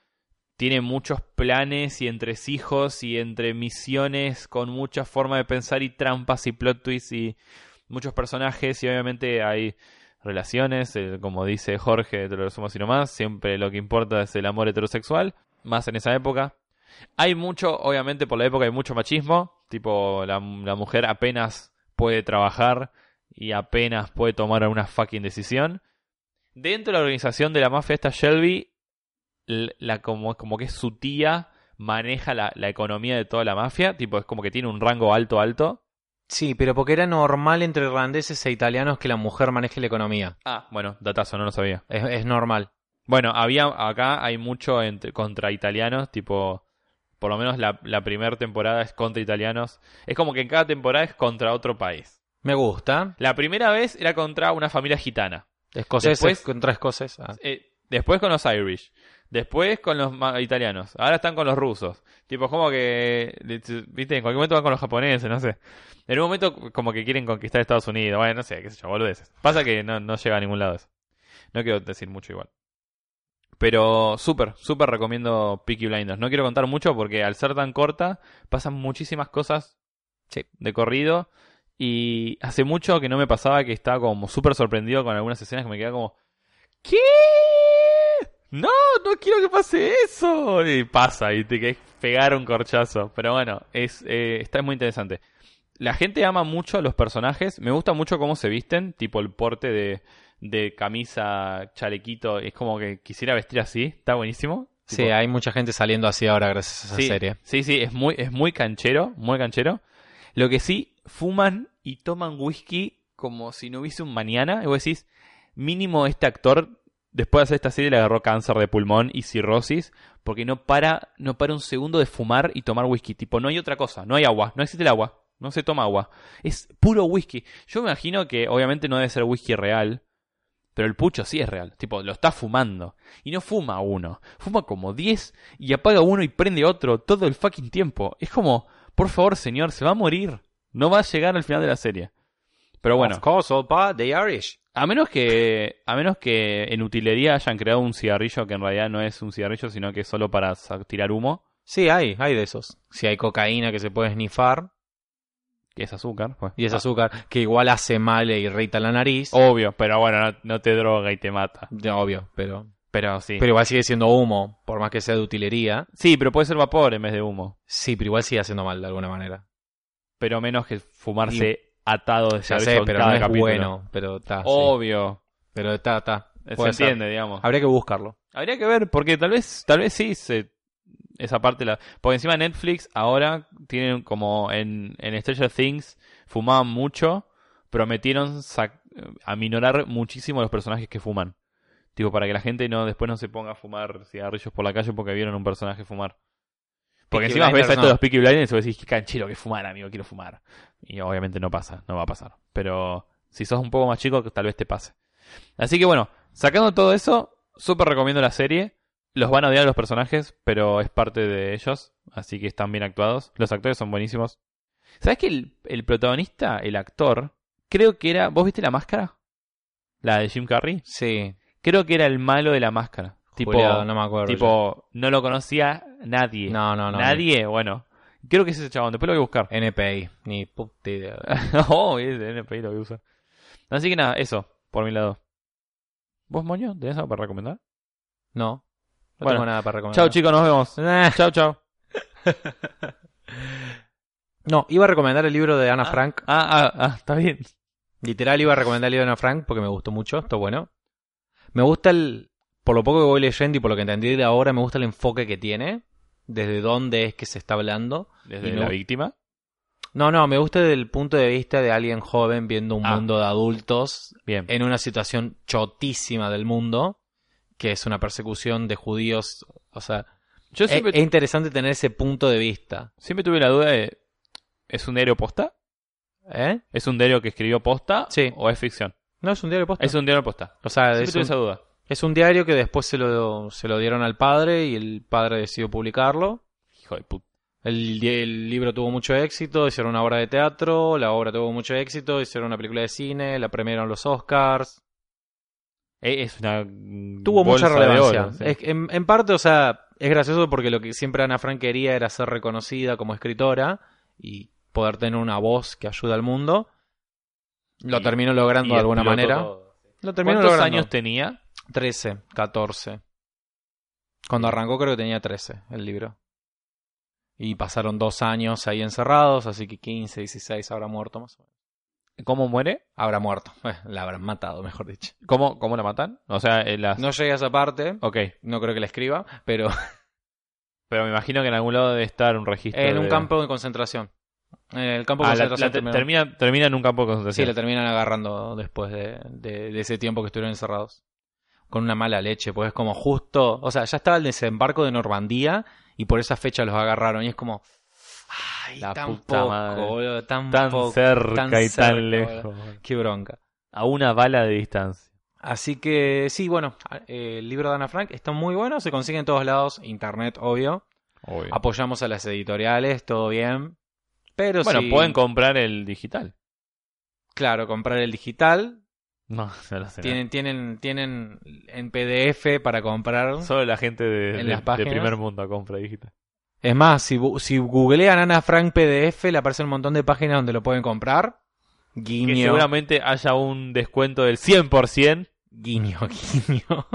[SPEAKER 2] tiene muchos planes y entresijos y entre misiones con muchas formas de pensar y trampas y plot twists y muchos personajes y obviamente hay relaciones, eh, como dice Jorge, te lo resumo así nomás, siempre lo que importa es el amor heterosexual, más en esa época. Hay mucho, obviamente por la época hay mucho machismo, tipo la, la mujer apenas puede trabajar y apenas puede tomar alguna fucking decisión. Dentro de la organización de la mafia esta Shelby, l- la, como, como que es su tía, maneja la, la economía de toda la mafia, tipo es como que tiene un rango alto, alto.
[SPEAKER 1] Sí, pero porque era normal entre irlandeses e italianos que la mujer maneje la economía.
[SPEAKER 2] Ah, bueno, datazo, no lo sabía.
[SPEAKER 1] Es, es normal.
[SPEAKER 2] Bueno, había acá hay mucho entre- contra italianos, tipo, por lo menos la, la primera temporada es contra italianos. Es como que en cada temporada es contra otro país.
[SPEAKER 1] Me gusta.
[SPEAKER 2] La primera vez era contra una familia gitana.
[SPEAKER 1] Escoceses Ah,
[SPEAKER 2] Después-
[SPEAKER 1] contra escocesa.
[SPEAKER 2] Eh, después con los Irish. Después con los ma- italianos. Ahora están con los rusos. Tipo, es como que, viste, en cualquier momento van con los japoneses, no sé. En un momento como que quieren conquistar Estados Unidos. Bueno, no sé, qué sé yo, boludeces. Pasa que no, no llega a ningún lado eso. No quiero decir mucho igual. Pero súper, súper recomiendo Peaky Blinders. No quiero contar mucho porque al ser tan corta pasan muchísimas cosas
[SPEAKER 1] Sí.
[SPEAKER 2] de corrido. Y hace mucho que no me pasaba que estaba como súper sorprendido con algunas escenas que me quedaba como... ¿Qué? No, no quiero que pase eso. Y pasa, y te querés pegar un corchazo. Pero bueno, es, eh, está muy interesante. La gente ama mucho a los personajes. Me gusta mucho cómo se visten. Tipo el porte de, de camisa, chalequito. Es como que quisiera vestir así. Está buenísimo.
[SPEAKER 1] Sí,
[SPEAKER 2] Tipo,
[SPEAKER 1] hay mucha gente saliendo así ahora gracias a esa
[SPEAKER 2] sí,
[SPEAKER 1] serie.
[SPEAKER 2] Sí, sí, es muy, es muy canchero, muy canchero. Lo que sí, fuman y toman whisky como si no hubiese un mañana. Y vos decís, mínimo este actor, después de hacer esta serie, le agarró cáncer de pulmón y cirrosis, porque no para, no para un segundo de fumar y tomar whisky. Tipo, no hay otra cosa, no hay agua, no existe el agua, no se toma agua. Es puro whisky. Yo me imagino que obviamente no debe ser whisky real. Pero el pucho sí es real. Tipo, lo está fumando. Y no fuma uno. Fuma como 10 y apaga uno y prende otro todo el fucking tiempo. Es como, por favor, señor, se va a morir. No va a llegar al final de la serie. Pero bueno,
[SPEAKER 1] Of course, old but they Irish.
[SPEAKER 2] a menos que a menos que en utilería hayan creado un cigarrillo que en realidad no es un cigarrillo, sino que es solo para sa- tirar humo,
[SPEAKER 1] Sí, hay, hay de esos. Si hay cocaína que se puede snifar
[SPEAKER 2] que es azúcar, pues.
[SPEAKER 1] y es azúcar, que igual hace mal e irrita la nariz.
[SPEAKER 2] Obvio, pero bueno, no, no te droga y te mata.
[SPEAKER 1] Ya, Obvio, pero.
[SPEAKER 2] Pero sí.
[SPEAKER 1] Pero igual sigue siendo humo, por más que sea de utilería.
[SPEAKER 2] sí, pero puede ser vapor en vez de humo.
[SPEAKER 1] Sí, pero igual sigue haciendo mal de alguna manera.
[SPEAKER 2] Pero menos que fumarse atado de
[SPEAKER 1] Ya
[SPEAKER 2] cigarrillo
[SPEAKER 1] sé,
[SPEAKER 2] en
[SPEAKER 1] pero
[SPEAKER 2] cada
[SPEAKER 1] no es
[SPEAKER 2] capítulo.
[SPEAKER 1] bueno. Pero está. Ah, sí.
[SPEAKER 2] Obvio.
[SPEAKER 1] Pero está, está.
[SPEAKER 2] Se
[SPEAKER 1] Puede ser.
[SPEAKER 2] entiende, digamos.
[SPEAKER 1] Habría que buscarlo.
[SPEAKER 2] Habría que ver, porque tal vez, tal vez sí se- esa parte la. Porque encima Netflix ahora tienen como en, en Stranger Things fumaban mucho, prometieron sac- aminorar muchísimo los personajes que fuman. Tipo, para que la gente no después no se ponga a fumar cigarrillos por la calle porque vieron un personaje fumar. Porque
[SPEAKER 1] Peaky
[SPEAKER 2] encima ves a
[SPEAKER 1] Blinders
[SPEAKER 2] estos
[SPEAKER 1] no.
[SPEAKER 2] los Peaky Blinders y vos decís, qué canchero que fumar, amigo, quiero fumar. Y obviamente no pasa, no va a pasar. Pero si sos un poco más chico, tal vez te pase. Así que bueno, Sacando todo eso, súper recomiendo la serie. Los van a odiar los personajes, pero es parte de ellos, así que están bien actuados. Los actores son buenísimos. ¿Sabes que el, el protagonista, el actor, creo que era. ¿Vos viste la máscara? La de Jim Carrey.
[SPEAKER 1] Sí,
[SPEAKER 2] Creo que era el malo de la máscara. Tipo,
[SPEAKER 1] jubilado, no me acuerdo.
[SPEAKER 2] tipo no lo conocía
[SPEAKER 1] ya.
[SPEAKER 2] nadie.
[SPEAKER 1] no, no, no.
[SPEAKER 2] nadie, bueno. Creo que es ese chabón, después lo voy a buscar.
[SPEAKER 1] NPI, ni puta idea.
[SPEAKER 2] oh, es de NPI lo que usa. Así que nada, eso, por mi lado. ¿Vos, Moño, tenés algo para recomendar?
[SPEAKER 1] No, no
[SPEAKER 2] Bueno,
[SPEAKER 1] tengo nada para recomendar.
[SPEAKER 2] Chao, chicos, nos vemos.
[SPEAKER 1] Eh,
[SPEAKER 2] Chao, chao.
[SPEAKER 1] No, iba a recomendar el libro de Ana
[SPEAKER 2] Ah.
[SPEAKER 1] Frank.
[SPEAKER 2] Ah, ah, ah, está bien.
[SPEAKER 1] Literal iba a recomendar el libro de Ana Frank porque me gustó mucho, está bueno. Me gusta el, por lo poco que voy leyendo y por lo que entendí de ahora, me gusta el enfoque que tiene, desde dónde es que se está hablando.
[SPEAKER 2] Desde
[SPEAKER 1] Y no-
[SPEAKER 2] la víctima.
[SPEAKER 1] No, no, me gusta desde el punto de vista de alguien joven viendo un
[SPEAKER 2] Ah.
[SPEAKER 1] mundo de adultos
[SPEAKER 2] Bien.
[SPEAKER 1] en una situación chotísima del mundo, que es una persecución de judíos. O sea,
[SPEAKER 2] Yo
[SPEAKER 1] es,
[SPEAKER 2] siempre,
[SPEAKER 1] es interesante tener ese punto de vista.
[SPEAKER 2] siempre tuve la duda de... ¿Es un diario posta?
[SPEAKER 1] ¿Eh?
[SPEAKER 2] ¿Es un diario que escribió posta?
[SPEAKER 1] Sí.
[SPEAKER 2] ¿O es ficción?
[SPEAKER 1] No, es un diario posta.
[SPEAKER 2] Es un diario posta.
[SPEAKER 1] o sea,
[SPEAKER 2] Siempre
[SPEAKER 1] es
[SPEAKER 2] tuve
[SPEAKER 1] un,
[SPEAKER 2] esa duda.
[SPEAKER 1] es un diario que después se lo, se lo dieron al padre y el padre decidió publicarlo.
[SPEAKER 2] Hijo de puta.
[SPEAKER 1] El, di- el libro tuvo mucho éxito, hicieron una obra de teatro, la obra tuvo mucho éxito, hicieron una película de cine, la premiaron los Oscars.
[SPEAKER 2] Eh, Es una...
[SPEAKER 1] tuvo mucha
[SPEAKER 2] bolsa de
[SPEAKER 1] relevancia.
[SPEAKER 2] oro, sí.
[SPEAKER 1] Es- en, en parte, o sea, es gracioso porque lo que siempre Ana Frank quería era ser reconocida como escritora y poder tener una voz que ayuda al mundo. Lo
[SPEAKER 2] Y-
[SPEAKER 1] terminó
[SPEAKER 2] Y
[SPEAKER 1] logrando de alguna
[SPEAKER 2] explotó
[SPEAKER 1] manera.
[SPEAKER 2] todo.
[SPEAKER 1] Lo terminó
[SPEAKER 2] ¿Cuántos
[SPEAKER 1] logrando.
[SPEAKER 2] años tenía?
[SPEAKER 1] 13, 14. Cuando arrancó creo que tenía 13 el libro. Y pasaron dos años ahí encerrados, así que 15, 16 habrá muerto más o menos.
[SPEAKER 2] ¿Cómo muere?
[SPEAKER 1] Habrá muerto. Eh, la habrán matado, mejor dicho.
[SPEAKER 2] ¿Cómo, cómo la matan? O sea, en las...
[SPEAKER 1] No llegué a esa parte,
[SPEAKER 2] Ok.
[SPEAKER 1] no creo que la escriba, pero
[SPEAKER 2] Pero me imagino que en algún lado debe estar un registro.
[SPEAKER 1] En un
[SPEAKER 2] de-
[SPEAKER 1] campo de concentración. En el campo de
[SPEAKER 2] Ah, la- la
[SPEAKER 1] concentración.
[SPEAKER 2] te-
[SPEAKER 1] terminaron.
[SPEAKER 2] termina, termina en un campo de
[SPEAKER 1] sí,
[SPEAKER 2] concentración.
[SPEAKER 1] la terminan agarrando después de, de- de ese tiempo que estuvieron encerrados. Con una mala leche, pues es como justo. O sea, ya estaba el desembarco de Normandía y por esa fecha los agarraron. Y es como. Ay,
[SPEAKER 2] La
[SPEAKER 1] tan
[SPEAKER 2] puta
[SPEAKER 1] poco,
[SPEAKER 2] madre.
[SPEAKER 1] boludo, tan,
[SPEAKER 2] tan
[SPEAKER 1] poco.
[SPEAKER 2] cerca
[SPEAKER 1] tan
[SPEAKER 2] y
[SPEAKER 1] cerca,
[SPEAKER 2] tan lejos.
[SPEAKER 1] Qué bronca.
[SPEAKER 2] A una bala de distancia.
[SPEAKER 1] Así que, sí, bueno, eh, el libro de Ana Frank está muy bueno, se consigue en todos lados, internet, obvio.
[SPEAKER 2] Obvio.
[SPEAKER 1] Apoyamos a las editoriales, todo bien. Pero
[SPEAKER 2] bueno,
[SPEAKER 1] sí,
[SPEAKER 2] pueden comprar el digital.
[SPEAKER 1] claro, comprar el digital,
[SPEAKER 2] No, no lo sé.
[SPEAKER 1] Tienen, tienen, tienen en PDF para comprar.
[SPEAKER 2] Solo la gente de,
[SPEAKER 1] En
[SPEAKER 2] de-
[SPEAKER 1] las
[SPEAKER 2] de
[SPEAKER 1] páginas.
[SPEAKER 2] primer mundo compra digital.
[SPEAKER 1] Es más, si, bu- si googlean Ana Frank PDF, le aparecen un montón de páginas donde lo pueden comprar.
[SPEAKER 2] Que
[SPEAKER 1] Guiño,
[SPEAKER 2] seguramente haya un descuento del 100%.
[SPEAKER 1] guiño, guiño.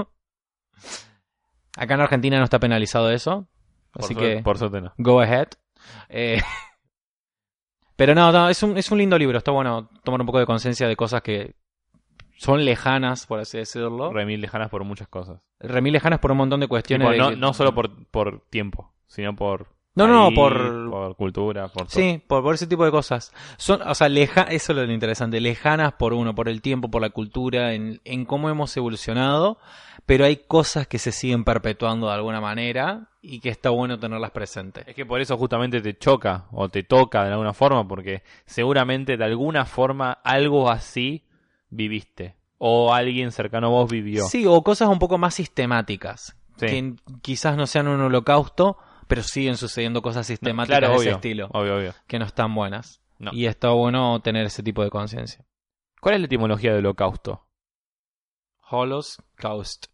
[SPEAKER 1] Acá en Argentina no está penalizado eso.
[SPEAKER 2] Por
[SPEAKER 1] Así
[SPEAKER 2] suerte-
[SPEAKER 1] que,
[SPEAKER 2] Por suerte no.
[SPEAKER 1] go ahead. Eh, pero no, no, es un, es un lindo libro. Está bueno tomar un poco de conciencia de cosas que son lejanas, por así decirlo. Re,
[SPEAKER 2] Remil lejanas por muchas cosas.
[SPEAKER 1] mil lejanas por un montón de cuestiones.
[SPEAKER 2] Tipo,
[SPEAKER 1] de
[SPEAKER 2] no,
[SPEAKER 1] que-
[SPEAKER 2] no solo por, por tiempo, sino por.
[SPEAKER 1] No, no,
[SPEAKER 2] país,
[SPEAKER 1] por-
[SPEAKER 2] por cultura, por todo.
[SPEAKER 1] Sí, por, por ese tipo de cosas. Son, o sea, leja, eso es lo interesante, lejanas por uno, por el tiempo, por la cultura, en, en cómo hemos evolucionado, pero hay cosas que se siguen perpetuando de alguna manera y que está bueno tenerlas presentes.
[SPEAKER 2] Es que por eso justamente te choca o te toca de alguna forma, porque seguramente de alguna forma algo así viviste. O alguien cercano a vos vivió.
[SPEAKER 1] Sí, o cosas un poco más sistemáticas,
[SPEAKER 2] Sí.
[SPEAKER 1] que quizás no sean un holocausto, pero siguen sucediendo cosas
[SPEAKER 2] No,
[SPEAKER 1] sistemáticas
[SPEAKER 2] claro,
[SPEAKER 1] de
[SPEAKER 2] obvio,
[SPEAKER 1] ese estilo,
[SPEAKER 2] Obvio, obvio.
[SPEAKER 1] que no están buenas.
[SPEAKER 2] No.
[SPEAKER 1] Y está bueno tener ese tipo de conciencia.
[SPEAKER 2] ¿Cuál es la etimología del holocausto?
[SPEAKER 1] Holocaust.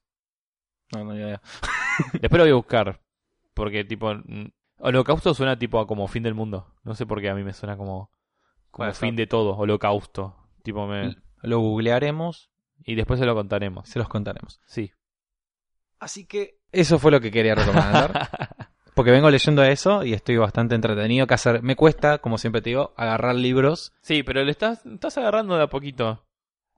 [SPEAKER 1] No, no idea.
[SPEAKER 2] Después lo voy a buscar. Porque, tipo. mm, Holocausto suena tipo a como fin del mundo. No sé por qué a mí me suena como. Como
[SPEAKER 1] Puede
[SPEAKER 2] fin
[SPEAKER 1] ser.
[SPEAKER 2] de todo, holocausto. Tipo me...
[SPEAKER 1] Lo googlearemos,
[SPEAKER 2] Y después se lo contaremos.
[SPEAKER 1] se los contaremos.
[SPEAKER 2] Sí.
[SPEAKER 1] Así que eso fue lo que quería recomendar. porque vengo leyendo eso y estoy bastante entretenido. Que hacer, me cuesta, como siempre te digo, agarrar libros.
[SPEAKER 2] Sí, pero le estás, estás agarrando de a poquito.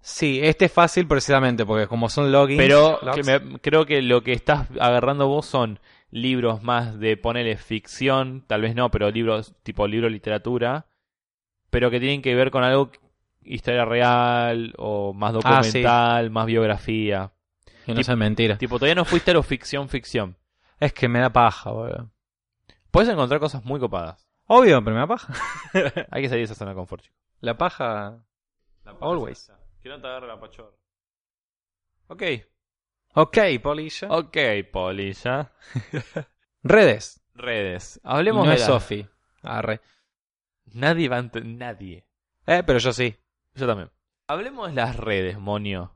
[SPEAKER 1] Sí, este es fácil precisamente porque como son logins.
[SPEAKER 2] Pero
[SPEAKER 1] logs,
[SPEAKER 2] que me- creo que lo que estás agarrando vos son libros más de ponerle ficción, tal vez no, pero libros tipo libro literatura, pero que tienen que ver con algo que- historia real o más
[SPEAKER 1] Ah, sí.
[SPEAKER 2] documental, más biografía.
[SPEAKER 1] que no sean mentiras.
[SPEAKER 2] Tipo, todavía no fuiste a lo ficción ficción.
[SPEAKER 1] Es que me da paja, boludo.
[SPEAKER 2] Puedes encontrar cosas muy copadas.
[SPEAKER 1] Obvio, pero me da paja.
[SPEAKER 2] Hay que salir de esa zona de confort, chicos.
[SPEAKER 1] La paja. Always.
[SPEAKER 2] Que no te agarre la pachorra. Ok.
[SPEAKER 1] Ok, Polilla.
[SPEAKER 2] Ok, Polilla.
[SPEAKER 1] Redes.
[SPEAKER 2] Redes. Hablemos
[SPEAKER 1] no
[SPEAKER 2] de
[SPEAKER 1] es
[SPEAKER 2] las-
[SPEAKER 1] Sofi. Arre.
[SPEAKER 2] Nadie va a ente- Nadie.
[SPEAKER 1] Eh, pero yo sí.
[SPEAKER 2] Yo también. Hablemos de las redes, monio.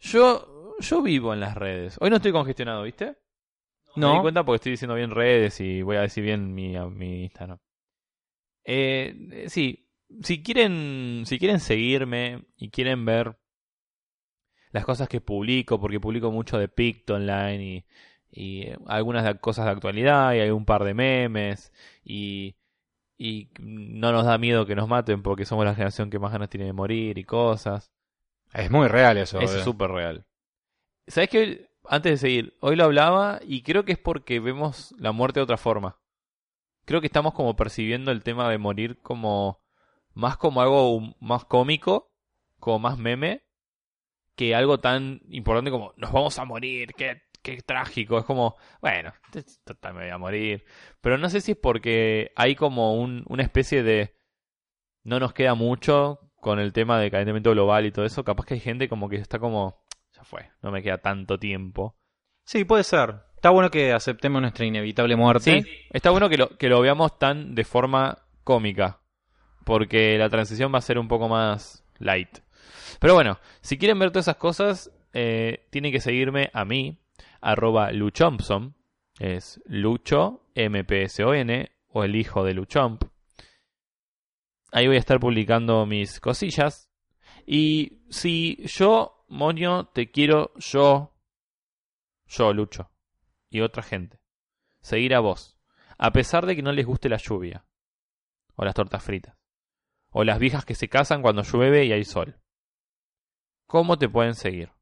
[SPEAKER 2] Yo, yo vivo en las redes. Hoy no estoy congestionado, ¿viste? Me di
[SPEAKER 1] No.
[SPEAKER 2] cuenta porque estoy diciendo bien redes y voy a decir bien mi, a- mi Instagram. Eh, eh, sí, si quieren, si quieren seguirme y quieren ver las cosas que publico, porque publico mucho de Pictoline y, y eh, algunas de- cosas de actualidad y hay un par de memes y, y no nos da miedo que nos maten porque somos la generación que más ganas tiene de morir y cosas.
[SPEAKER 1] Es muy real eso. eh.
[SPEAKER 2] Eso
[SPEAKER 1] boludo.
[SPEAKER 2] es súper real. ¿Sabes qué? Antes de seguir, hoy lo hablaba y creo que es porque vemos la muerte de otra forma. Creo que estamos como percibiendo el tema de morir como más como algo hum- más cómico, como más meme, que algo tan importante como nos vamos a morir, qué, qué trágico. Es como, bueno, total me voy a morir. Pero no sé si es porque hay como un- una especie de no nos queda mucho con el tema de calentamiento global y todo eso. Capaz que hay gente como que está como, ya fue, no me queda tanto tiempo.
[SPEAKER 1] Sí, puede ser. Está bueno que aceptemos nuestra inevitable muerte.
[SPEAKER 2] Sí, está bueno que lo, que lo veamos tan de forma cómica, porque la transición va a ser un poco más light. Pero bueno, si quieren ver todas esas cosas, eh, tienen que seguirme a mí, arroba luchompson, es lucho, M-P-S-O-N, o el hijo de luchomp. Ahí voy a estar publicando mis cosillas. Y si yo, Moño, te quiero, yo, yo, Lucho, y otra gente, seguir a vos, a pesar de que no les guste la lluvia, o las tortas fritas, o las viejas que se casan cuando llueve y hay sol, ¿cómo te pueden seguir?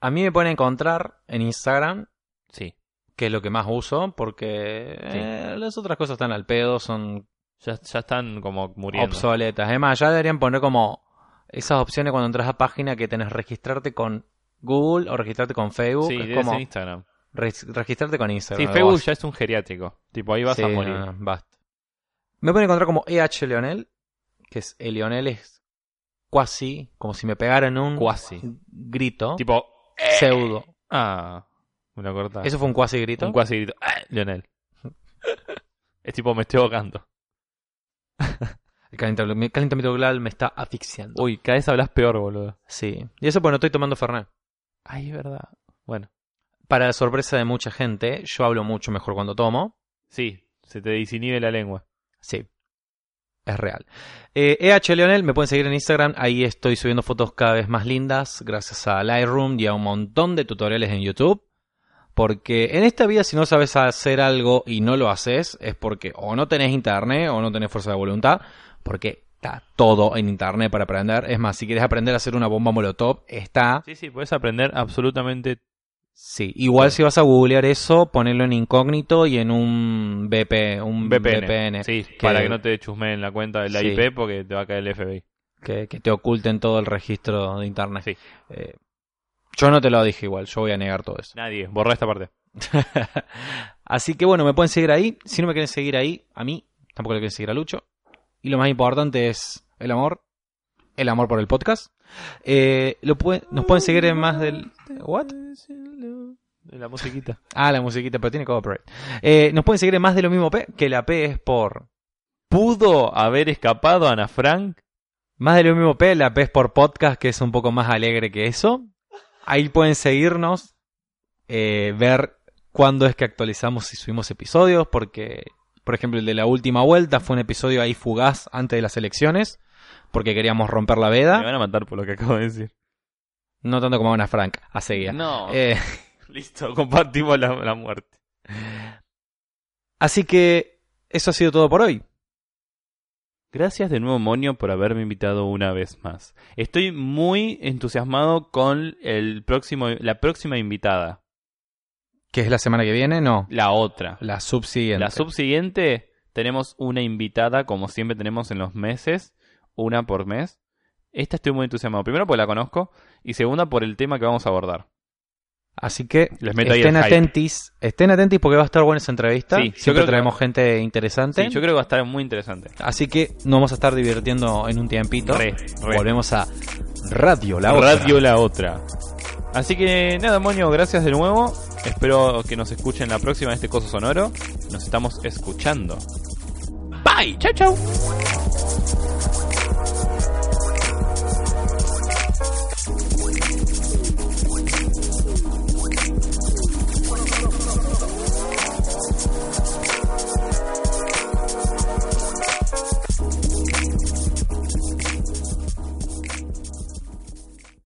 [SPEAKER 1] A mí me pueden encontrar en Instagram,
[SPEAKER 2] Sí,
[SPEAKER 1] que es lo que más uso, porque
[SPEAKER 2] Sí.
[SPEAKER 1] eh, las otras cosas están al pedo, son
[SPEAKER 2] ya, ya están como muriendo.
[SPEAKER 1] obsoletas. Además, ya deberían poner como esas opciones cuando entras a página que tenés registrarte con Google o registrarte con Facebook.
[SPEAKER 2] Sí,
[SPEAKER 1] es
[SPEAKER 2] debe
[SPEAKER 1] como
[SPEAKER 2] ser Instagram.
[SPEAKER 1] res- registrarte con Instagram.
[SPEAKER 2] Sí,
[SPEAKER 1] algo
[SPEAKER 2] Facebook
[SPEAKER 1] así.
[SPEAKER 2] ya es un geriátrico. Tipo, ahí vas
[SPEAKER 1] Sí,
[SPEAKER 2] a morir.
[SPEAKER 1] no, no, basta. Me pueden encontrar como EH Leonel, que es el Leonel es cuasi, como si me pegaran un
[SPEAKER 2] Cuasi.
[SPEAKER 1] grito
[SPEAKER 2] Tipo, eh,
[SPEAKER 1] pseudo.
[SPEAKER 2] ah, una corta.
[SPEAKER 1] Eso fue un cuasi grito.
[SPEAKER 2] Un cuasi grito. "Ah, Lionel. es tipo, me estoy ahogando.
[SPEAKER 1] El calentamiento, mi calentamiento global me está asfixiando.
[SPEAKER 2] Uy, cada vez hablas peor, boludo.
[SPEAKER 1] Sí. Y eso porque no estoy tomando Fernet.
[SPEAKER 2] Ay, es verdad. Bueno,
[SPEAKER 1] Para la sorpresa de mucha gente, yo hablo mucho mejor cuando tomo.
[SPEAKER 2] sí, se te disinhibe la lengua.
[SPEAKER 1] Sí. Es real. Eh, EH Leonel, me pueden seguir en Instagram. Ahí estoy subiendo fotos cada vez más lindas, gracias a Lightroom y a un montón de tutoriales en YouTube. Porque en esta vida, si no sabes hacer algo y no lo haces, es porque o no tenés internet o no tenés fuerza de voluntad. Porque está todo en internet para aprender. Es más, si quieres aprender a hacer una bomba molotov, está.
[SPEAKER 2] Sí, sí, puedes aprender absolutamente.
[SPEAKER 1] Sí, igual si vas a googlear eso, ponelo en incógnito y en un BP, un
[SPEAKER 2] VPN.
[SPEAKER 1] VPN,
[SPEAKER 2] Sí, para que no te chusmeen la cuenta de la
[SPEAKER 1] Sí.
[SPEAKER 2] IP porque te va a caer el FBI.
[SPEAKER 1] que, que te oculten todo el registro de internet.
[SPEAKER 2] Sí.
[SPEAKER 1] Eh, yo no te lo dije igual, yo voy a negar todo eso.
[SPEAKER 2] Nadie, borra esta parte.
[SPEAKER 1] Así que bueno, me pueden seguir ahí. Si no me quieren seguir ahí, a mí, tampoco le quieren seguir a Lucho. Y lo más importante es el amor, el amor por el podcast. Eh, lo pueden- nos pueden seguir en más del... ¿What?
[SPEAKER 2] De la musiquita.
[SPEAKER 1] Ah, la musiquita, pero tiene copyright. Eh, nos pueden seguir en más de lo mismo P, que la P es por...
[SPEAKER 2] ¿Pudo haber escapado Ana Frank?
[SPEAKER 1] Más de lo mismo P, la P es por podcast, que es un poco más alegre que eso. Ahí pueden seguirnos, eh, ver cuándo es que actualizamos y subimos episodios, porque, por ejemplo, el de la última vuelta fue un episodio ahí fugaz antes de las elecciones, porque queríamos romper la
[SPEAKER 2] Me
[SPEAKER 1] veda.
[SPEAKER 2] van a matar por lo que acabo de decir.
[SPEAKER 1] No tanto como a una Frank, a seguir.
[SPEAKER 2] No,
[SPEAKER 1] Eh,
[SPEAKER 2] listo, compartimos la, la muerte.
[SPEAKER 1] así que eso ha sido todo por hoy.
[SPEAKER 2] Gracias de nuevo, Monio, por haberme invitado una vez más. Estoy muy entusiasmado con el próximo, la próxima invitada,
[SPEAKER 1] Que es la semana que viene, no,
[SPEAKER 2] la otra.
[SPEAKER 1] la subsiguiente.
[SPEAKER 2] La subsiguiente tenemos una invitada, como siempre tenemos en los meses, una por mes. Esta estoy muy entusiasmado. Primero porque la conozco y segunda por el tema que vamos a abordar.
[SPEAKER 1] Así que
[SPEAKER 2] Les meto ahí el
[SPEAKER 1] estén
[SPEAKER 2] hype.
[SPEAKER 1] atentis, estén atentis porque va a estar buena esa entrevista.
[SPEAKER 2] Sí, yo
[SPEAKER 1] Siempre
[SPEAKER 2] creo que-
[SPEAKER 1] traemos gente interesante.
[SPEAKER 2] Sí, yo creo que va a estar muy interesante.
[SPEAKER 1] Así que nos vamos a estar divirtiendo en un tiempito.
[SPEAKER 2] Re, re.
[SPEAKER 1] Volvemos a Radio La Otra.
[SPEAKER 2] Radio la otra. Así que nada, moño, gracias de nuevo. Espero que nos escuchen la próxima de este coso sonoro. Nos estamos escuchando. Bye, chau chau.